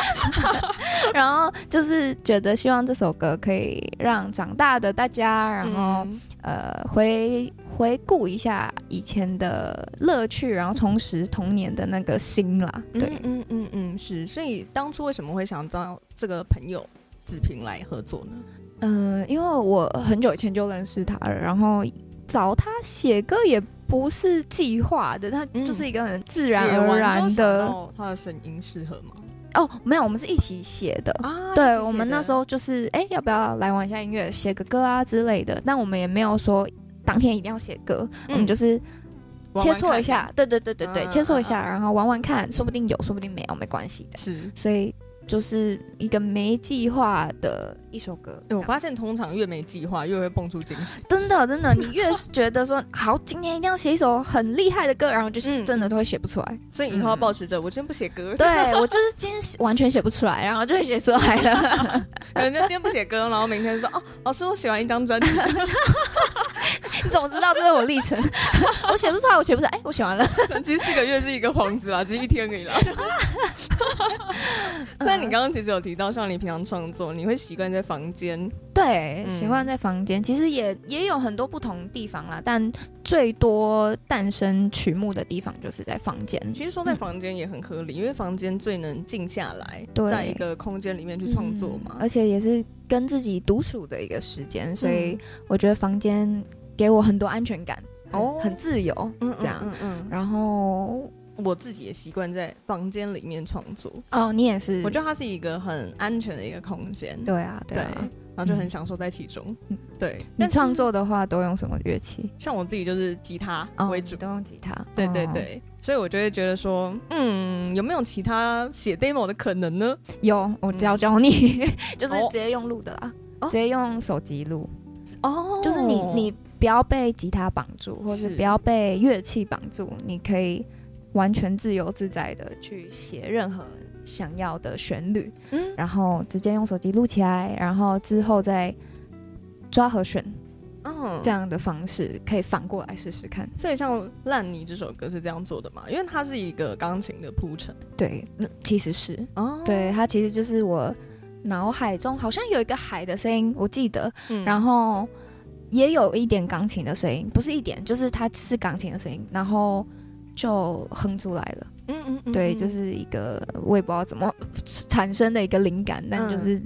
[SPEAKER 1] 然后就是觉得希望这首歌可以让长大的大家，然后、
[SPEAKER 2] 嗯
[SPEAKER 1] 呃回回顾一下以前的乐趣，然后重拾童年的那个心啦。对，
[SPEAKER 2] 嗯嗯嗯嗯，是。所以当初为什么会想到这个朋友子平来合作呢？
[SPEAKER 1] 嗯、因为我很久以前就认识他了，然后找他写歌也不是计划的，他
[SPEAKER 2] 嗯
[SPEAKER 1] 就是一个很自然
[SPEAKER 2] 写完
[SPEAKER 1] 而
[SPEAKER 2] 之后
[SPEAKER 1] 然
[SPEAKER 2] 想
[SPEAKER 1] 的。
[SPEAKER 2] 到他的声音适合吗？
[SPEAKER 1] 哦，没有，我们是一起写的。
[SPEAKER 2] 啊
[SPEAKER 1] 哦对我们那时候就是，哎、要不要来玩一下音乐，写个歌啊之类的？但我们也没有说当天一定要写歌，我们就是切磋一，下，对对对对对，
[SPEAKER 2] 嗯
[SPEAKER 1] 切磋一
[SPEAKER 2] 嗯
[SPEAKER 1] 下，
[SPEAKER 2] 嗯
[SPEAKER 1] 然后玩玩看，说不定有，说不定没有，没关系的。
[SPEAKER 2] [LAUGHS] 是。
[SPEAKER 1] 所以就是一个没计划的一首歌。
[SPEAKER 2] 我发现通常越没计划，越会蹦出惊喜。
[SPEAKER 1] 真的真的，你越是觉得说好，今天一定要写一首很厉害的歌，然后就是
[SPEAKER 2] 嗯
[SPEAKER 1] 真的都会写不出
[SPEAKER 2] [LAUGHS]
[SPEAKER 1] 来。
[SPEAKER 2] 所以以后要保持着，我今天不写歌，
[SPEAKER 1] 嗯对我就是今天完全写不出来，然后就会写出来
[SPEAKER 2] [LAUGHS]
[SPEAKER 1] 了。
[SPEAKER 2] 人家今天不写歌，然后明天说哦，老师我写完一张专辑， [LAUGHS]
[SPEAKER 1] 你怎么知道这是我历程？ [LAUGHS] 我写不出来，我写不出来，哎、我写完了。
[SPEAKER 2] 其实四个月是一个幌子啦，只是一天而
[SPEAKER 1] [LAUGHS]
[SPEAKER 2] 已啦。虽
[SPEAKER 1] 嗯
[SPEAKER 2] 然你刚刚其实有提到，像你平常创作，你会习惯在房间，
[SPEAKER 1] 对，
[SPEAKER 2] 嗯
[SPEAKER 1] 习惯在房间，其实也也有很多不同地方啦，但最多诞生曲目的地方就是在房间。
[SPEAKER 2] 其实说在房间也很合理，因为房间最能静下来，
[SPEAKER 1] 对
[SPEAKER 2] 在一个空间里面去创作嘛
[SPEAKER 1] 嗯。而且也是跟自己独处的一个时间，所
[SPEAKER 2] 嗯
[SPEAKER 1] 以我觉得房间给我很多安全感，很
[SPEAKER 2] 哦
[SPEAKER 1] 很自由，
[SPEAKER 2] 嗯
[SPEAKER 1] 这样。
[SPEAKER 2] 嗯嗯
[SPEAKER 1] 然后
[SPEAKER 2] 嗯我自己也习惯在房间里面创作，
[SPEAKER 1] 哦，你也是，
[SPEAKER 2] 我觉得它是一个很安全的一个空间，
[SPEAKER 1] 对啊，对啊。
[SPEAKER 2] 然后就很享受在其中
[SPEAKER 1] 嗯。
[SPEAKER 2] 对，
[SPEAKER 1] 你
[SPEAKER 2] 但
[SPEAKER 1] 创
[SPEAKER 2] 是
[SPEAKER 1] 作的话都用什么乐器？
[SPEAKER 2] 像我自己就是吉他
[SPEAKER 1] 哦，
[SPEAKER 2] 为
[SPEAKER 1] 你
[SPEAKER 2] 主，
[SPEAKER 1] 都用吉他。
[SPEAKER 2] 对对
[SPEAKER 1] 哦，
[SPEAKER 2] 对，所以我就会觉得说，嗯，有没有其他写 demo 的可能呢？
[SPEAKER 1] 有我
[SPEAKER 2] 嗯
[SPEAKER 1] 教教你， [LAUGHS] 就是
[SPEAKER 2] 哦
[SPEAKER 1] 直接用录的啦，
[SPEAKER 2] 哦
[SPEAKER 1] 直接用手机录。
[SPEAKER 2] 哦
[SPEAKER 1] 就是你你不要被吉他绑住，或是
[SPEAKER 2] 是
[SPEAKER 1] 不要被乐器绑住，你可以完全自由自在的去写任何想要的旋律，
[SPEAKER 2] 嗯
[SPEAKER 1] 然后直接用手机录起来，然后之后再抓和弦
[SPEAKER 2] 嗯
[SPEAKER 1] 这，样的方式，可以反过来试试看。
[SPEAKER 2] 所以像《烂泥》这首歌是这样做的嘛？因为它是一个钢琴的铺陈
[SPEAKER 1] 对，那其实是
[SPEAKER 2] 哦
[SPEAKER 1] 对它其实就是我脑海中好像有一个海的声音，我记得，
[SPEAKER 2] 嗯
[SPEAKER 1] 然后也有一点钢琴的声音，不是一点，就是它是钢琴的声音，然后就哼出来了。
[SPEAKER 2] 嗯嗯嗯
[SPEAKER 1] 对，
[SPEAKER 2] 嗯
[SPEAKER 1] 就是一个我也不知道怎么产生的一个灵感，但就是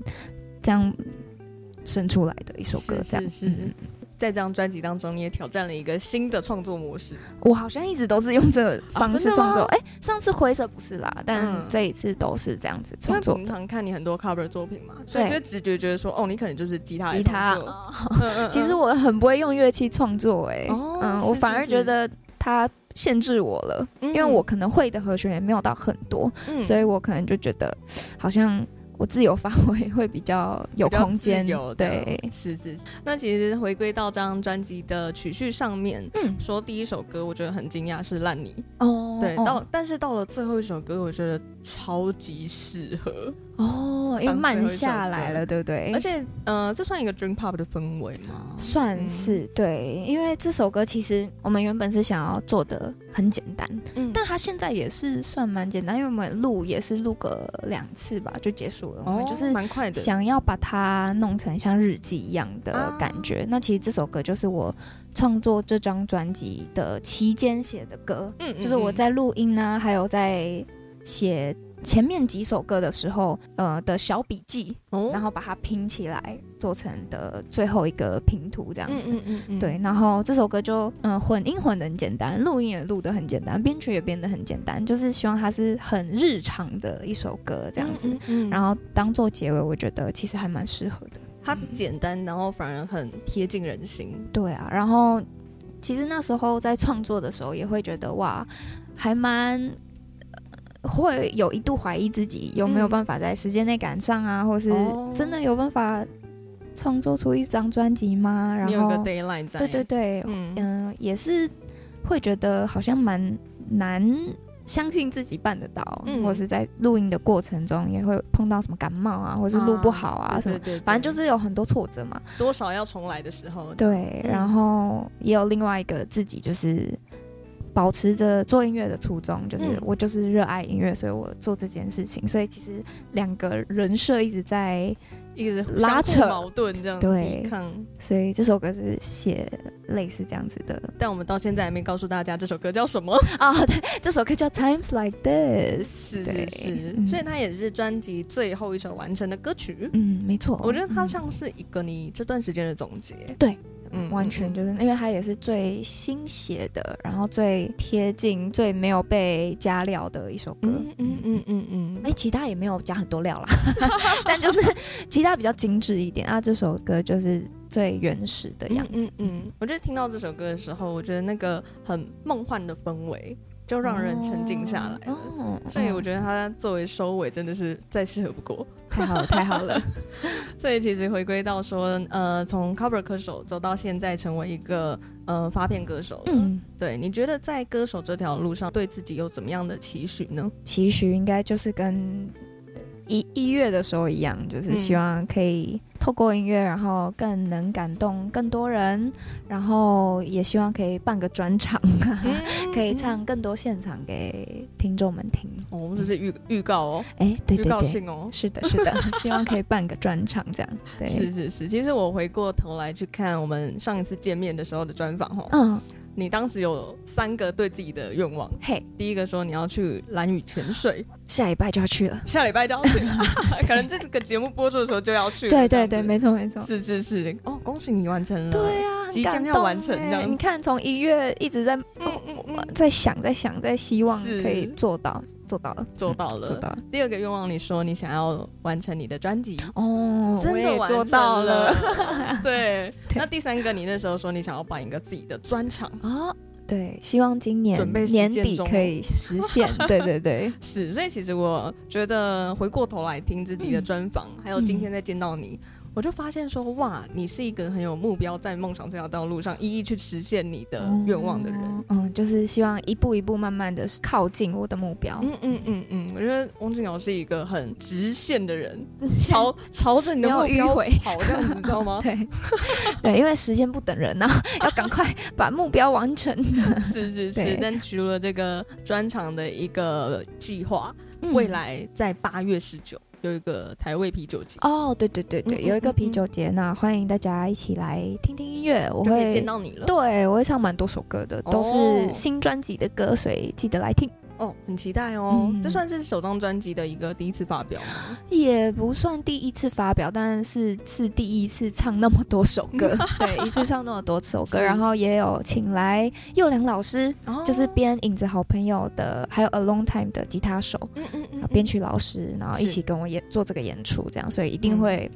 [SPEAKER 1] 这样生出来的一首歌
[SPEAKER 2] 嗯是。
[SPEAKER 1] 这样，
[SPEAKER 2] 是是
[SPEAKER 1] 嗯
[SPEAKER 2] 在这张专辑当中，你也挑战了一个新的创作模式。
[SPEAKER 1] 我好像一直都是用这个方式
[SPEAKER 2] 哦真的吗
[SPEAKER 1] 创作。哎、上次灰色不是啦，但
[SPEAKER 2] 嗯
[SPEAKER 1] 这一次都是这样子
[SPEAKER 2] 因
[SPEAKER 1] 创
[SPEAKER 2] 为
[SPEAKER 1] 作
[SPEAKER 2] 嗯平
[SPEAKER 1] 的。
[SPEAKER 2] 常看你很多 cover 作品嘛，所以
[SPEAKER 1] 对
[SPEAKER 2] 就直觉觉得说，哦，你可能就是吉他来
[SPEAKER 1] 吉他
[SPEAKER 2] 创作。嗯嗯嗯
[SPEAKER 1] 其实我很不会用乐器创作、哎、
[SPEAKER 2] 哦
[SPEAKER 1] 嗯，
[SPEAKER 2] 是
[SPEAKER 1] 我
[SPEAKER 2] 是
[SPEAKER 1] 反而
[SPEAKER 2] 是
[SPEAKER 1] 觉得它限制我了，
[SPEAKER 2] 因
[SPEAKER 1] 因为我可能会的和弦也没有到很多，
[SPEAKER 2] 嗯
[SPEAKER 1] 所以我可能就觉得好像我自由发挥会比较有
[SPEAKER 2] 比较
[SPEAKER 1] 空间
[SPEAKER 2] 自由。的
[SPEAKER 1] 对，
[SPEAKER 2] 是是。是那其实回归到这张专辑的曲序上面，
[SPEAKER 1] 嗯，
[SPEAKER 2] 说第一首歌我觉得很惊讶是烂泥，
[SPEAKER 1] 哦，
[SPEAKER 2] 对，
[SPEAKER 1] 哦
[SPEAKER 2] 到但是到了最后一首歌，我觉得超级适合，
[SPEAKER 1] 哦，因为
[SPEAKER 2] 当最后
[SPEAKER 1] 慢
[SPEAKER 2] 一首
[SPEAKER 1] 下来
[SPEAKER 2] 歌
[SPEAKER 1] 了，对不对？
[SPEAKER 2] 而且呃，这算一个 dream pop 的氛围吗？
[SPEAKER 1] 算
[SPEAKER 2] 嗯
[SPEAKER 1] 是、对，因为这首歌其实我们原本是想要做的很简单，
[SPEAKER 2] 嗯
[SPEAKER 1] 但它现在也是算蛮简单，因为我们录也是录个两次吧就结束了，我们
[SPEAKER 2] 哦，
[SPEAKER 1] 就是。
[SPEAKER 2] 蛮快的，
[SPEAKER 1] 想要把它弄成像日记一样的
[SPEAKER 2] 啊
[SPEAKER 1] 感觉，那其实这首歌就是我创作这张专辑的期间写的歌，
[SPEAKER 2] 嗯
[SPEAKER 1] 就是我，在录音呢、还有在写前面几首歌的时候，呃的小笔记，
[SPEAKER 2] 嗯嗯
[SPEAKER 1] 然
[SPEAKER 2] 哦，
[SPEAKER 1] 后把它拼起来做成的最后一个拼图这样子。
[SPEAKER 2] 嗯嗯嗯
[SPEAKER 1] 对，，然后这首歌就嗯、呃混音混的很简单，录音也录的很简单，编曲也编的很简单，就是希望它是很日常的一首歌这样子。
[SPEAKER 2] 嗯，嗯嗯
[SPEAKER 1] 然后当做结尾，我觉得其实还蛮适合的。
[SPEAKER 2] 它简单，然后反而很贴近人心，
[SPEAKER 1] 对啊，然后其实那时候在创作的时候，也会觉得哇，还蛮、呃会有一度怀疑自己有没有
[SPEAKER 2] 嗯
[SPEAKER 1] 办法在时间内赶上啊，或是
[SPEAKER 2] 哦
[SPEAKER 1] 真的有办法创作出一张专辑吗？然
[SPEAKER 2] 你有一个
[SPEAKER 1] 后
[SPEAKER 2] d a y l i n e 在，
[SPEAKER 1] 对对，对，
[SPEAKER 2] 嗯，
[SPEAKER 1] 嗯、也是会觉得好像蛮难。相信自己办得到，
[SPEAKER 2] 嗯
[SPEAKER 1] 或是在录音的过程中也会碰到什么感冒啊，或是录不好啊什么，
[SPEAKER 2] 对，对
[SPEAKER 1] 反正就是有很多挫折嘛。
[SPEAKER 2] 对多少要重来的时候，
[SPEAKER 1] 对，
[SPEAKER 2] 嗯
[SPEAKER 1] 然后也有另外一个自己，就是保持着做音乐的初衷，就是
[SPEAKER 2] 嗯
[SPEAKER 1] 我就是热爱音乐，所以我做这件事情。所以其实两个人设一直在
[SPEAKER 2] 一直相互
[SPEAKER 1] 拉扯
[SPEAKER 2] 矛盾这样
[SPEAKER 1] 对
[SPEAKER 2] 抵抗。
[SPEAKER 1] 所以这首歌是写类似这样子 [LAUGHS] 的
[SPEAKER 2] 但我们到现在还没告诉大家这首歌叫
[SPEAKER 1] [LAUGHS]
[SPEAKER 2] 什么。
[SPEAKER 1] 啊、对，这首歌叫《Times Like This》，
[SPEAKER 2] 是
[SPEAKER 1] 对
[SPEAKER 2] 是是，
[SPEAKER 1] 嗯
[SPEAKER 2] 所以它也是专辑最后一首完成的歌曲。
[SPEAKER 1] 嗯，没错，
[SPEAKER 2] 我觉得它
[SPEAKER 1] 嗯
[SPEAKER 2] 像是一个你这段时间的总结。
[SPEAKER 1] 对，
[SPEAKER 2] 嗯
[SPEAKER 1] 完全就是，因为它也是最新写的，然后最贴近、最没有被加料的一首歌。
[SPEAKER 2] 嗯嗯嗯嗯嗯
[SPEAKER 1] 哎、其他也没有加很多料啦， [LAUGHS] 但就是 [LAUGHS] 其他比较精致一点啊。这首歌就是最原始的样
[SPEAKER 2] 嗯
[SPEAKER 1] 子，
[SPEAKER 2] 嗯嗯，我觉得听到这首歌的时候，我觉得那个很梦幻的氛围就让人沉浸下来了。
[SPEAKER 1] 哦，哦
[SPEAKER 2] 所以我觉得它作为收尾真的是再适合不过。
[SPEAKER 1] 哦太好了，太好
[SPEAKER 2] [LAUGHS]
[SPEAKER 1] 了。
[SPEAKER 2] 所以其实回归到说，呃，从 cover 歌手走到现在成为一个呃发片歌手，嗯，
[SPEAKER 1] 嗯，
[SPEAKER 2] 对，你觉得在歌手这条路上对自己有怎么样的期许
[SPEAKER 1] [LAUGHS]
[SPEAKER 2] 呢？
[SPEAKER 1] 期许应该就是跟一一月的时候一样，就是
[SPEAKER 2] 嗯
[SPEAKER 1] 希望可以透过音乐，然后更能感动更多人，然后也希望可以办个专场，
[SPEAKER 2] 嗯
[SPEAKER 1] 可以唱更多现场给听众们听。
[SPEAKER 2] 哦，我们这是预预告哦，
[SPEAKER 1] 哎，对
[SPEAKER 2] 预
[SPEAKER 1] 对
[SPEAKER 2] 告
[SPEAKER 1] 对，
[SPEAKER 2] 性哦。
[SPEAKER 1] 是的，是
[SPEAKER 2] [LAUGHS]
[SPEAKER 1] 的，希望可以办个专场这样。
[SPEAKER 2] 是
[SPEAKER 1] 对，
[SPEAKER 2] 是是，其实我回过头来去看我们上一次见面的时候的专访哦，
[SPEAKER 1] 嗯，
[SPEAKER 2] 你当时有三个对自己的愿望，
[SPEAKER 1] 嘿，
[SPEAKER 2] 第一个说你要去蓝屿潜水， [LAUGHS]
[SPEAKER 1] 下礼拜就要去了。
[SPEAKER 2] 下礼拜就要
[SPEAKER 1] [LAUGHS]
[SPEAKER 2] 去，可能这个节目播出的时候就要去了。
[SPEAKER 1] 对
[SPEAKER 2] 这
[SPEAKER 1] 对
[SPEAKER 2] 样
[SPEAKER 1] 对，
[SPEAKER 2] 子
[SPEAKER 1] 没错没错。
[SPEAKER 2] 是是是，哦，恭喜你完成了。
[SPEAKER 1] 对啊，很
[SPEAKER 2] 即将
[SPEAKER 1] 感
[SPEAKER 2] 要
[SPEAKER 1] 动
[SPEAKER 2] 完成这
[SPEAKER 1] 欸
[SPEAKER 2] 样
[SPEAKER 1] 你看，从一月一直在呃
[SPEAKER 2] 嗯嗯嗯，
[SPEAKER 1] 在想，在想，在希望
[SPEAKER 2] 是
[SPEAKER 1] 可以做到，做到了，
[SPEAKER 2] 做到了。
[SPEAKER 1] 做到了。
[SPEAKER 2] 第二个愿望，你说你想要完成你的专辑，
[SPEAKER 1] 哦
[SPEAKER 2] 真
[SPEAKER 1] 我
[SPEAKER 2] 的
[SPEAKER 1] 也
[SPEAKER 2] 完
[SPEAKER 1] 做
[SPEAKER 2] 成
[SPEAKER 1] 到
[SPEAKER 2] 了 [LAUGHS]
[SPEAKER 1] 了。 [LAUGHS]
[SPEAKER 2] 对。那第三个，你那时候说你想要办一个自己的专场，
[SPEAKER 1] 哦，对，希望今年
[SPEAKER 2] 准备实践
[SPEAKER 1] 年底
[SPEAKER 2] 中哦
[SPEAKER 1] 可以实
[SPEAKER 2] [LAUGHS]
[SPEAKER 1] 现。对对对，
[SPEAKER 2] 是。所以其实我觉得回过头来听自
[SPEAKER 1] 嗯
[SPEAKER 2] 己的专访，还有今天再见到你。我就发现说，哇，你是一个很有目标，在梦想这条道路上一一去实现你的愿望的人。
[SPEAKER 1] 哦嗯，就是希望一步一步慢慢的靠近我的目标。
[SPEAKER 2] 嗯嗯嗯嗯，我觉得翁俊尧是一个很直线的人，朝朝着你的
[SPEAKER 1] 没有
[SPEAKER 2] 目标
[SPEAKER 1] 迂回
[SPEAKER 2] 跑这样子，你知道吗？
[SPEAKER 1] 对 [LAUGHS] 对，因为时间不等人呐、 [LAUGHS] 要赶快把目标完成。
[SPEAKER 2] 是是
[SPEAKER 1] [LAUGHS]
[SPEAKER 2] 是
[SPEAKER 1] 对。
[SPEAKER 2] 但除了这个专场的一个计划，
[SPEAKER 1] 嗯
[SPEAKER 2] 未来在八月十九有一个台味啤酒节，
[SPEAKER 1] 哦，对对对
[SPEAKER 2] 嗯
[SPEAKER 1] 对，
[SPEAKER 2] 嗯
[SPEAKER 1] 有一个
[SPEAKER 2] 嗯
[SPEAKER 1] 啤
[SPEAKER 2] 嗯
[SPEAKER 1] 酒节，那欢迎大家一起来听听音乐，我
[SPEAKER 2] 就可
[SPEAKER 1] 会
[SPEAKER 2] 以见到你了。
[SPEAKER 1] 对，我会唱蛮多首歌的，都
[SPEAKER 2] 哦
[SPEAKER 1] 是新专辑的歌，所以记得来听。
[SPEAKER 2] 哦，很期待哦。
[SPEAKER 1] 嗯
[SPEAKER 2] 这算是首张专辑的一个第一次发表吗？
[SPEAKER 1] 也不算第一次发表，但是是第一次唱那么多首
[SPEAKER 2] [LAUGHS]
[SPEAKER 1] 歌，对，一次唱那么多首歌，
[SPEAKER 2] 是
[SPEAKER 1] 然后也有请来佑良老师，
[SPEAKER 2] 哦
[SPEAKER 1] 就是编《影子好朋友》的，还有《A Long Time》的吉他手、
[SPEAKER 2] 嗯嗯嗯
[SPEAKER 1] 啊编曲老师，然后一
[SPEAKER 2] 是
[SPEAKER 1] 起跟我演做这个演出，这样，所以一定会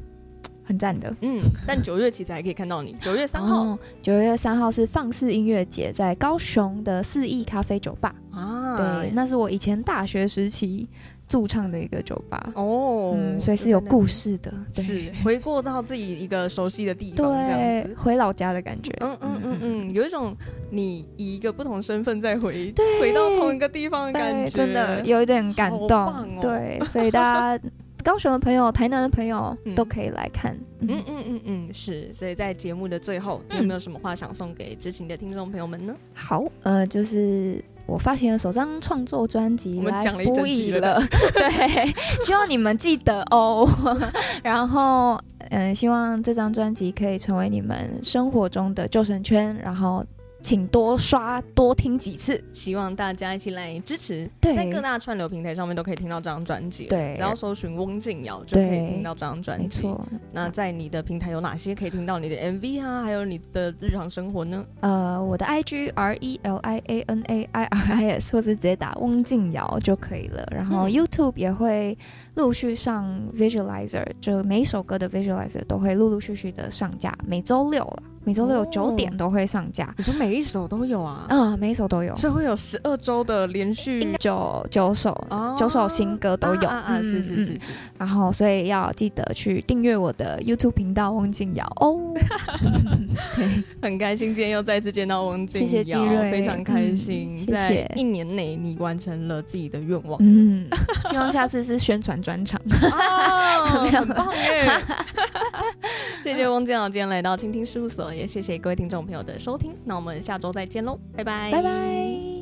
[SPEAKER 1] 很赞的。
[SPEAKER 2] 嗯，但九月其实还可以看到
[SPEAKER 1] 哦
[SPEAKER 2] 你，九月三
[SPEAKER 1] 然
[SPEAKER 2] 号
[SPEAKER 1] 后九月三号是放肆音乐节，在高雄的四亿咖啡酒吧。
[SPEAKER 2] 啊，
[SPEAKER 1] 对，那是我以前大学时期驻唱的一个酒吧，
[SPEAKER 2] 哦，
[SPEAKER 1] 嗯，所以是有故
[SPEAKER 2] 事。
[SPEAKER 1] 事的，对
[SPEAKER 2] 是回过到自己一个熟悉的地方，这样
[SPEAKER 1] 对
[SPEAKER 2] 子，。
[SPEAKER 1] 回老家的感觉，
[SPEAKER 2] 嗯嗯嗯嗯，有一种你以一个不同身份再回
[SPEAKER 1] 对
[SPEAKER 2] 回到同一个地方的感
[SPEAKER 1] 对，
[SPEAKER 2] 觉，
[SPEAKER 1] 真的有一点感
[SPEAKER 2] 好
[SPEAKER 1] 动，
[SPEAKER 2] 棒哦
[SPEAKER 1] 对，所以大家 [LAUGHS] 高雄的朋友、台南的朋友
[SPEAKER 2] 嗯
[SPEAKER 1] 都可以来看，
[SPEAKER 2] 嗯
[SPEAKER 1] 嗯，
[SPEAKER 2] 嗯嗯嗯，是。所以在节目的最后，你有没有什么话想送给知情的听众朋友们呢？
[SPEAKER 1] 好，呃，就是。我发行的首张创作专辑《
[SPEAKER 2] 我们
[SPEAKER 1] Life
[SPEAKER 2] 讲了一整
[SPEAKER 1] 不易
[SPEAKER 2] 集
[SPEAKER 1] 了
[SPEAKER 2] 了》，
[SPEAKER 1] [LAUGHS] 对，希望你们记得哦。 [LAUGHS] 然后，嗯、希望这张专辑可以成为你们生活中的救生圈，然后请多刷多听几次。
[SPEAKER 2] 希望大家一起来支持，
[SPEAKER 1] 对
[SPEAKER 2] 在各大串流平台上面都可以听到这张专辑，
[SPEAKER 1] 对
[SPEAKER 2] 只要搜寻翁静瑶就可以
[SPEAKER 1] 对
[SPEAKER 2] 听到这张专辑。
[SPEAKER 1] 没错，
[SPEAKER 2] 那在你的平台有哪些可以听到你的 MV 啊，还有你的日常生活呢？
[SPEAKER 1] 呃，我的 IG R E L I A N A I R I S，或是直接打翁静瑶就可以了。然后
[SPEAKER 2] 嗯
[SPEAKER 1] YouTube 也会陆续上 Visualizer，就每一首歌的 Visualizer 都会陆陆续续的上架，每周六了，每周六
[SPEAKER 2] 哦
[SPEAKER 1] 九点都会上架。
[SPEAKER 2] 你说每一首都有啊，
[SPEAKER 1] 啊、每一首都有，
[SPEAKER 2] 所以会有十二周的连续
[SPEAKER 1] 应该九九首、
[SPEAKER 2] 哦
[SPEAKER 1] 九首新歌都有，
[SPEAKER 2] 啊啊啊是是
[SPEAKER 1] 嗯
[SPEAKER 2] 是
[SPEAKER 1] 嗯
[SPEAKER 2] 是，
[SPEAKER 1] 然后所以要记得去订阅我的 YouTube 频道翁静瑶 [LAUGHS] 哦。对，
[SPEAKER 2] 很开心今天又再次见到翁静
[SPEAKER 1] 谢谢
[SPEAKER 2] 瑶
[SPEAKER 1] 季瑞
[SPEAKER 2] 非常开心，
[SPEAKER 1] 嗯谢谢
[SPEAKER 2] 在一年内你完成了自己的愿望，
[SPEAKER 1] 嗯，希望下次是宣传专场。
[SPEAKER 2] 哦
[SPEAKER 1] 没有
[SPEAKER 2] [LAUGHS] 很棒 [LAUGHS] 耶！谢谢翁静瑶今天来到倾听事务所，也谢谢各位听众朋友的收听，那我们下周再见喽，拜拜，
[SPEAKER 1] 拜拜。